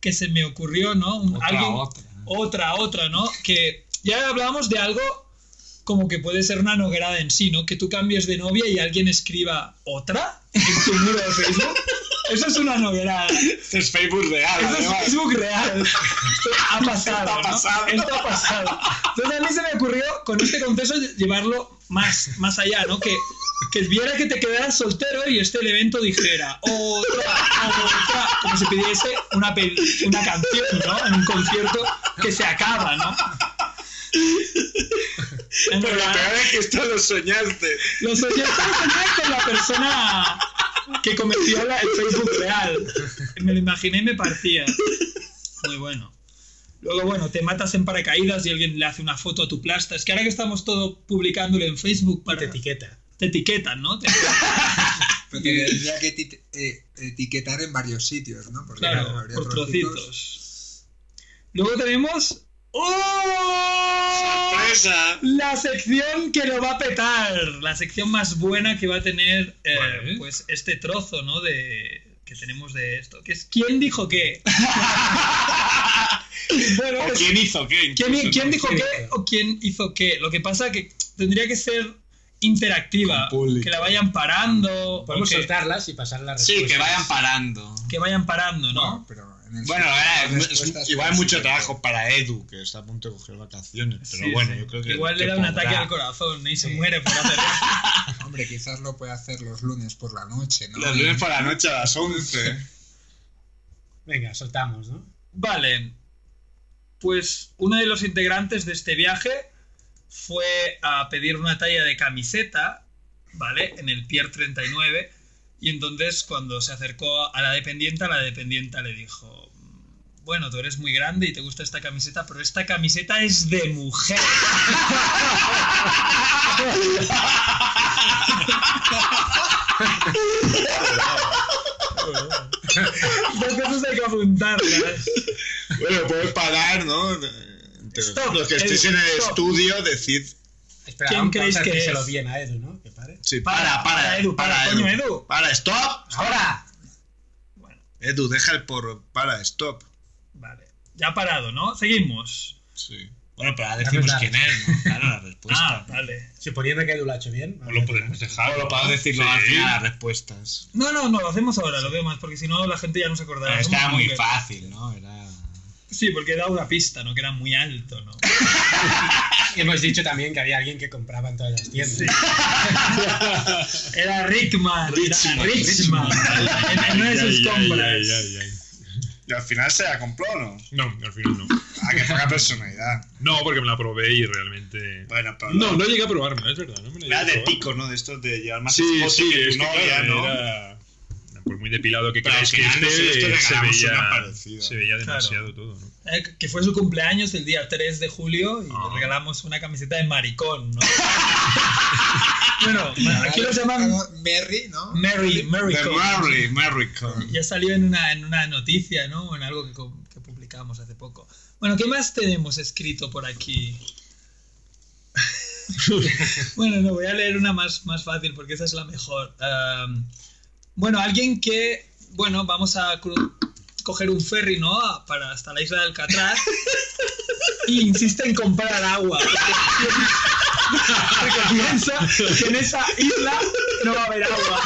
Que se me ocurrió, ¿no? Un- Otra, otra. otra, otra, ¿no? Que ya hablábamos de algo como que puede ser una noguerada en sí, ¿no? Que tú cambies de novia y alguien escriba otra en tu muro de Facebook. Eso es una noguerada. Esto Este es Facebook real. Eso es además. Facebook real. Esto ha pasado. Esto ¿no? ha pasado. Esto ha pasado. Entonces a mí se me ocurrió con este contexto llevarlo más, más allá, ¿no? Que, que viera que te quedaras soltero y este evento dijera otra, otra, como si pidiese una, pel- una canción, ¿no? En un concierto que se acaba, ¿no? Pero lo peor es que esto lo soñaste. Los oyentes soñaban con la persona que cometió la- el Facebook real. Me lo imaginé y me partía. Muy bueno. Luego, bueno, te matas en paracaídas y alguien le hace una foto a tu plasta. Es que ahora que estamos todo publicándolo en Facebook para... te etiqueta. Te etiquetan, ¿no? Te- Pero tendría que eti- eh, etiquetar en varios sitios, ¿no? Porque Claro, habría por trocitos. Luego tenemos... ¡Oh! La sección que lo va a petar. La sección más buena que va a tener eh, pues este trozo, ¿no? De que tenemos de esto. Que es ¿Quién dijo qué? Bueno, ¿O es- quién hizo qué? ¿Quién, Incluso, quién ¿no? dijo Sí. qué o quién hizo qué? Lo que pasa que tendría que ser interactiva, que la vayan parando. Podemos o que- soltarlas y pasar las Sí, respuestas. que vayan parando. Que vayan parando, ¿no? Bueno, eh, Las es- respuestas igual pueden mucho ser trabajo para Edu, que está a punto de coger vacaciones. Pero Sí, bueno, sí. yo creo que. Igual que le da un podrá. ataque al corazón y se muere por hacer Hombre, quizás lo puede hacer los lunes por la noche, ¿no? Los lunes por la noche a las 11. Venga, soltamos, ¿no? Vale. Pues uno de los integrantes de este viaje fue a pedir una talla de camiseta, ¿vale? En el Pier 39. Y entonces cuando se acercó a la dependienta, la dependienta le dijo, "Mm, bueno, tú eres muy grande y te gusta esta camiseta, pero esta camiseta es de mujer. Dos cosas hay que apuntarlas. Bueno, puedes parar, ¿no? Entre Stop, los que Edu, estéis en el stop. estudio, decid. Espera, ¿Quién vamos creéis a que decírselo es? bien a Edu, ¿no? Que pare. Sí, para, para, Edu, para, coño, Edu. Para, stop. Ahora. Edu, deja el porro. Para, stop. Vale. Ya ha parado, ¿no? Seguimos. Sí. Bueno, pero ahora decimos quién es, ¿no? Claro, la respuesta. Ah, vale. Suponiendo que Edu lo ha hecho bien. o Pues lo podemos dejar. O lo podemos decirlo Sí. al final, las respuestas. No, no, no, lo hacemos ahora, lo veo más, porque si no la gente ya no se acordará. Pero Somos estaba muy bloggers. fácil, ¿no? Era... Sí, porque he dado una pista, ¿no? Que era muy alto, ¿no? Y hemos dicho también que había alguien que compraba en todas las tiendas. Era Rickman. Era Richman. Rickman. En- en una de sus Ay, ay, compras. ay, ay, ay. ¿Y al final se la compró o no? No, al final no. Ah, qué poca personalidad. No, porque me la probé y realmente. Bueno, pero- No, no llegué a probármela, es verdad. No me la llegué Era a de probar. pico, ¿no? De estos de llevar más sí, escote sí, que es tu que novia, claro, ¿no? era, Por muy depilado que Pero creáis al que final nosotros te esté, se regalamos una veía, parecida. se veía Claro. demasiado todo, ¿no? Eh, que fue su cumpleaños el día 3 de julio y Ah. le regalamos una camiseta de maricón, ¿no? bueno, aquí lo llaman Merry, ¿no? Mary, Mary De Mary, Mary Con. Ya salió en una, en una noticia, ¿no? En algo que, com- que publicamos hace poco. Bueno, ¿qué más tenemos escrito por aquí? ¿eh? bueno, no, voy a leer una más, más fácil porque esa es la mejor. Am, bueno, alguien que, bueno, vamos a cru- coger un ferry, ¿no? A- Para hasta la isla de Alcatraz. y insiste en comprar agua. Porque piensa que en esa isla no va a haber agua.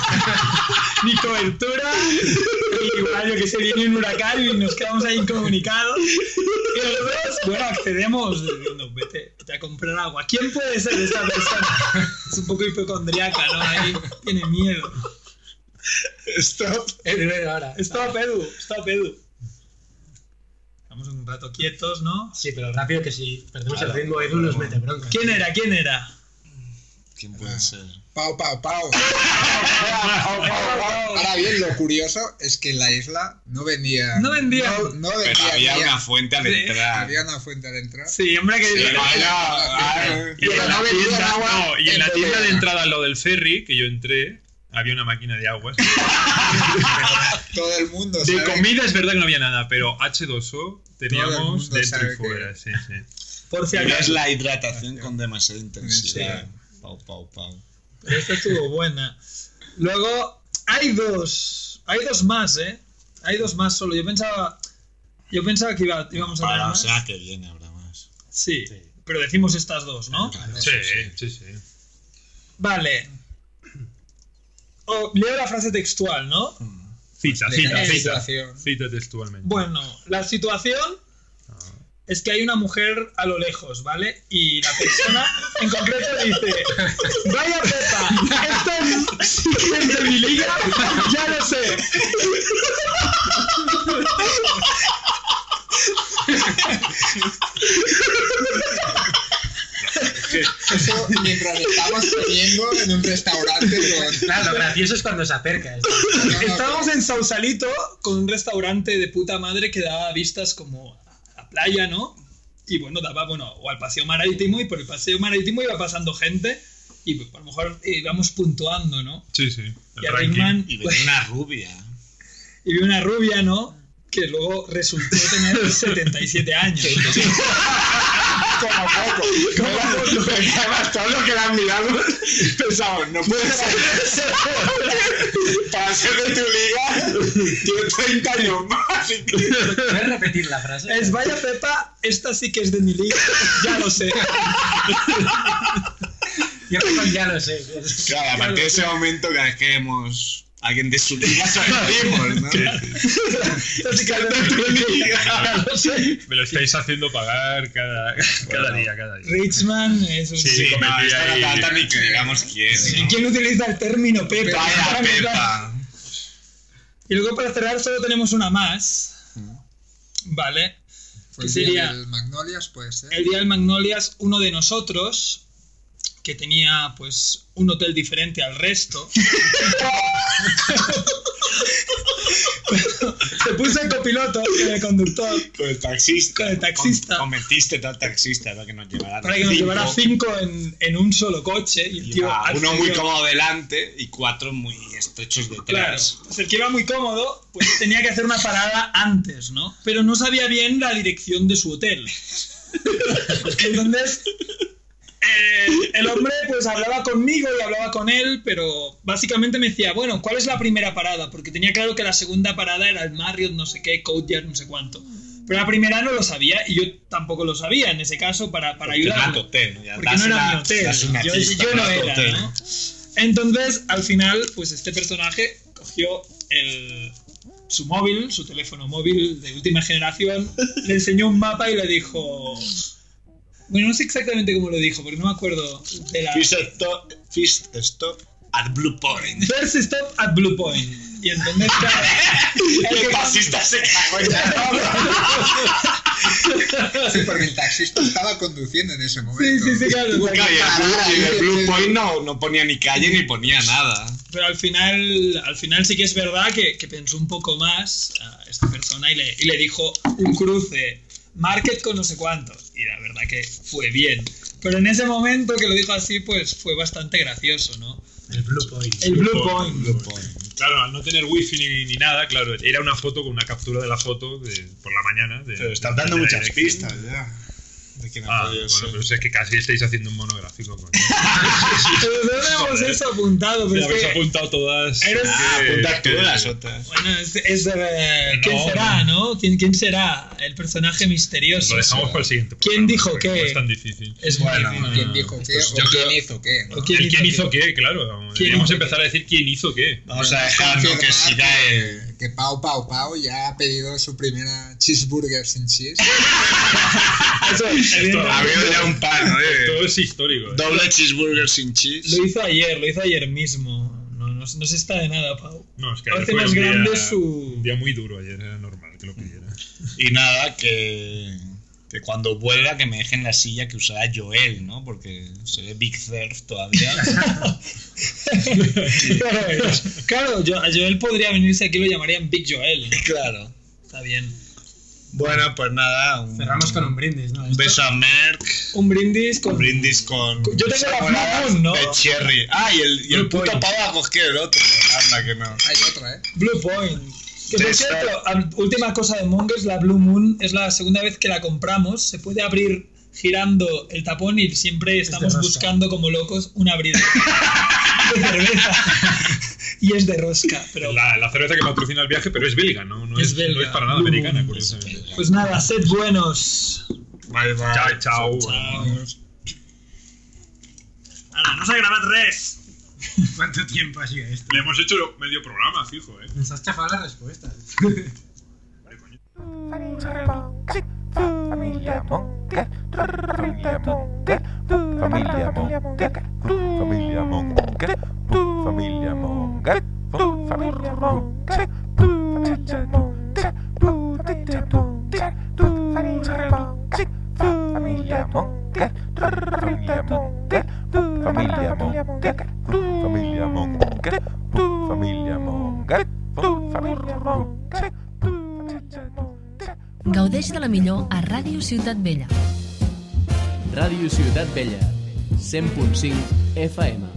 Ni cobertura, ni igual yo que sé, viene un huracán y nos quedamos ahí incomunicados. Y los dos, bueno, accedemos diciendo, vete, vete a comprar agua. ¿Quién puede ser esa persona? Es un poco hipocondriaca, ¿no? Ahí tiene miedo. Stop, Edu, Eh, ahora. Stop, Edu, stop, Edu. Estamos un rato quietos, ¿no? Sí, pero rápido que si perdemos el ritmo, Edu nos mete bronca. ¿Quién era? ¿Quién era? ¿Quién puede ser? Pau, pau, pau. Ahora bien, lo curioso es que en la isla no vendía. No vendía. No, no vendía. Pero había guía. una fuente al entrar. Había una fuente al entrar. Sí, hombre, que- Sí, Pero vaya, ah, había- Y pero en la no vendían tienda, agua no, y en la botella. tienda de entrada al lado del ferry, que yo entré, había una máquina de aguas. Todo el mundo De sabe. comida es verdad que no había nada, pero H2O Todo el teníamos mundo dentro sabe y fuera, sí, sí. Por si acaso. Es la hidratación con demasiada intensidad. Pau, pau, pau. Pero esta estuvo buena. Luego, hay dos. Hay dos más, ¿eh? Hay dos más solo. Yo pensaba. Yo pensaba que iba- íbamos a tener Para, o más. sea, que viene habrá más. Sí, pero decimos estas dos, ¿no? Sí, sí, sí. Vale. O- leo la frase textual, ¿no? Cita, cita, Explica Pues, la cita. situación. Cita textualmente. Bueno, la situación es que hay una mujer a lo lejos, ¿vale? Y la persona en concreto dice, vaya pepa, esto es sí que es de mi liga, ya lo sé. Eso mientras estabas comiendo en un restaurante con. Claro, lo gracioso es cuando se acerca. esto. Estábamos en Sausalito con un restaurante de puta madre que daba vistas como a la playa, ¿no? Y bueno, daba, bueno, o al paseo marítimo y por el paseo marítimo iba pasando gente y pues, a lo mejor íbamos puntuando, ¿no? Sí, sí. Y a Rickman- Y venía una rubia. y vi una rubia, ¿no? Que luego resultó tener 77 años. ¿no? Como poco. Como poco. Porque además todos los que la han mirado pensamos, no puede ser. Para ser de tu liga, tiene 30 años más. ¿Puedes repetir la frase? Es vaya Pepa, esta sí que es de mi liga, ya lo sé. Yo con ya lo sé. Claro, a partir de ese momento, cada vez que vemos a alguien de su liga, sabemos, ¿no? Esta sí que es de mi liga, ya lo sé. Me lo- Me lo estáis haciendo pagar cada, cada día, cada día. Richman es un Sí, sí, no, cometí esto no ahí- falta ni que digamos quién, ¿Y ¿no? quién utiliza el término Pepa? Vaya Para mí, Pepa. Y luego para cerrar solo tenemos una más. Vale. Fue Pues Que pues el día sería del Magnolias, puede ser. el día del Magnolias, uno de nosotros, que tenía pues un hotel diferente al resto. Se puso el copiloto y el conductor Con el taxista. Con el taxista. Com- Cometiste tal taxista para que nos llevara. para que nos cinco. llevara cinco en, en un solo coche. Y el tío Iba uno muy accedió. cómodo delante y cuatro muy estrechos Claro, detrás. pues el que iba muy cómodo, pues tenía que hacer una parada antes, ¿no? Pero no sabía bien la dirección de su hotel. Entonces, eh, el hombre pues hablaba conmigo y hablaba con él, pero básicamente me decía, bueno, ¿cuál es la primera parada? Porque tenía claro que la segunda parada era el Marriott, no sé qué, Courtyard, no sé cuánto. Pero la primera no lo sabía y yo tampoco lo sabía en ese caso para, para Porque no era tu ayudarlo. hotel, ¿no? Ya Porque das no era una- mi hotel. das una Yo, pista, yo no era tu era, hotel. ¿no? Entonces, al final, pues este personaje cogió el- su móvil, su teléfono móvil de última generación, le enseñó un mapa y le dijo... Bueno, no sé exactamente cómo lo dijo, porque no me acuerdo de la... Fish stop, fish stop at Blue Point. First stop at Blue Point. Y entonces, claro, el que- taxista se cagó en la Sí, porque el taxista estaba conduciendo en ese Sí, momento. sí, sí, claro. Tuvo que- y el Blue- y el Blue Point Point no, no ponía ni calle ni ponía nada. Pero al final, al final sí que es verdad que, que pensó un poco más a esta persona y le, y le dijo un cruce, market con no sé cuánto. Y la verdad que fue bien. Pero en ese momento que lo dijo así, pues fue bastante gracioso, ¿no? El Blue Point. El Blue Point. Claro, al no tener wifi ni, ni nada, claro, era una foto con una captura de la foto de- por la mañana. De, Pero estás dando muchas pistas, ya. De quién ah, bueno, pero es que casi estáis haciendo un monográfico. coño. No tenemos Joder. eso apuntado, Ya pero habéis es que... apuntado todas. Eres- Ah, apunta tú las otras. Bueno, es, es, eh, ¿Quién No, será, no? ¿Quién, ¿Quién será el personaje misterioso? Lo dejamos para el siguiente. ¿Quién dijo porque no qué? Es tan difícil. Es bueno, difícil. ¿Quién dijo qué? Pues ¿O yo quién hizo qué? ¿no? quién El hizo quién qué? hizo qué, claro. Deberíamos empezar a decir quién hizo qué. Vamos a dejarlo que siga el. el. Que Pau Pau Pau ya ha pedido su primera cheeseburger sin cheese. Había ya un pan, Todo es histórico. Doble cheeseburger sin cheese. ¿eh? Lo hizo ayer, lo hizo ayer mismo. No, no, no se está de nada, Pau. No, es que Hace fue más un día- grande su... Un día muy duro ayer, era normal que lo pidiera. Y nada, que, que cuando vuelva que me dejen la silla que usará Joel, ¿no? Porque se ve Big Surf todavía. claro, yo, a Joel podría venirse aquí, lo llamarían Big Joel. Claro. Está bien. bueno, pues nada. Un, Cerramos con un brindis, ¿no? un beso a Merck. Un brindis con. Un brindis con. Yo tengo las saboradas manos, ¿no? De cherry. Ah, y el, y el Blue puto Point. pavo ha cogido el otro. Anda, que no. Hay otra, ¿eh? Blue Point. Que por Sí, cierto, a- última cosa de Mongers, la Blue Moon es la segunda vez que la compramos. Se puede abrir girando el tapón y siempre estamos rosca. buscando como locos un abridor de cerveza. y es de rosca. Pero La, la cerveza que patrocina el viaje, pero es belga, Uh, no, no, es, no es para nada americana, curiosamente. pues nada, sed buenos. Vale, va. Chao, chao. Ahora, no se graba tres. ¿Cuánto tiempo ha sido esto? Le hemos hecho lo- medio programa, fijo, eh. Nos has chafado las respuestas. Familia Monker, familia Monker, familia Monker, familia Monker, familia Monker, familia Monker, familia Monker, familia Monker, familia Monker, familia Monker, familia Monker, familia Monker, familia Monker, familia Monker. Gaudeix de la millor a Ràdio Ciutat Vella. Ràdio Ciutat Vella, 100.5 FM.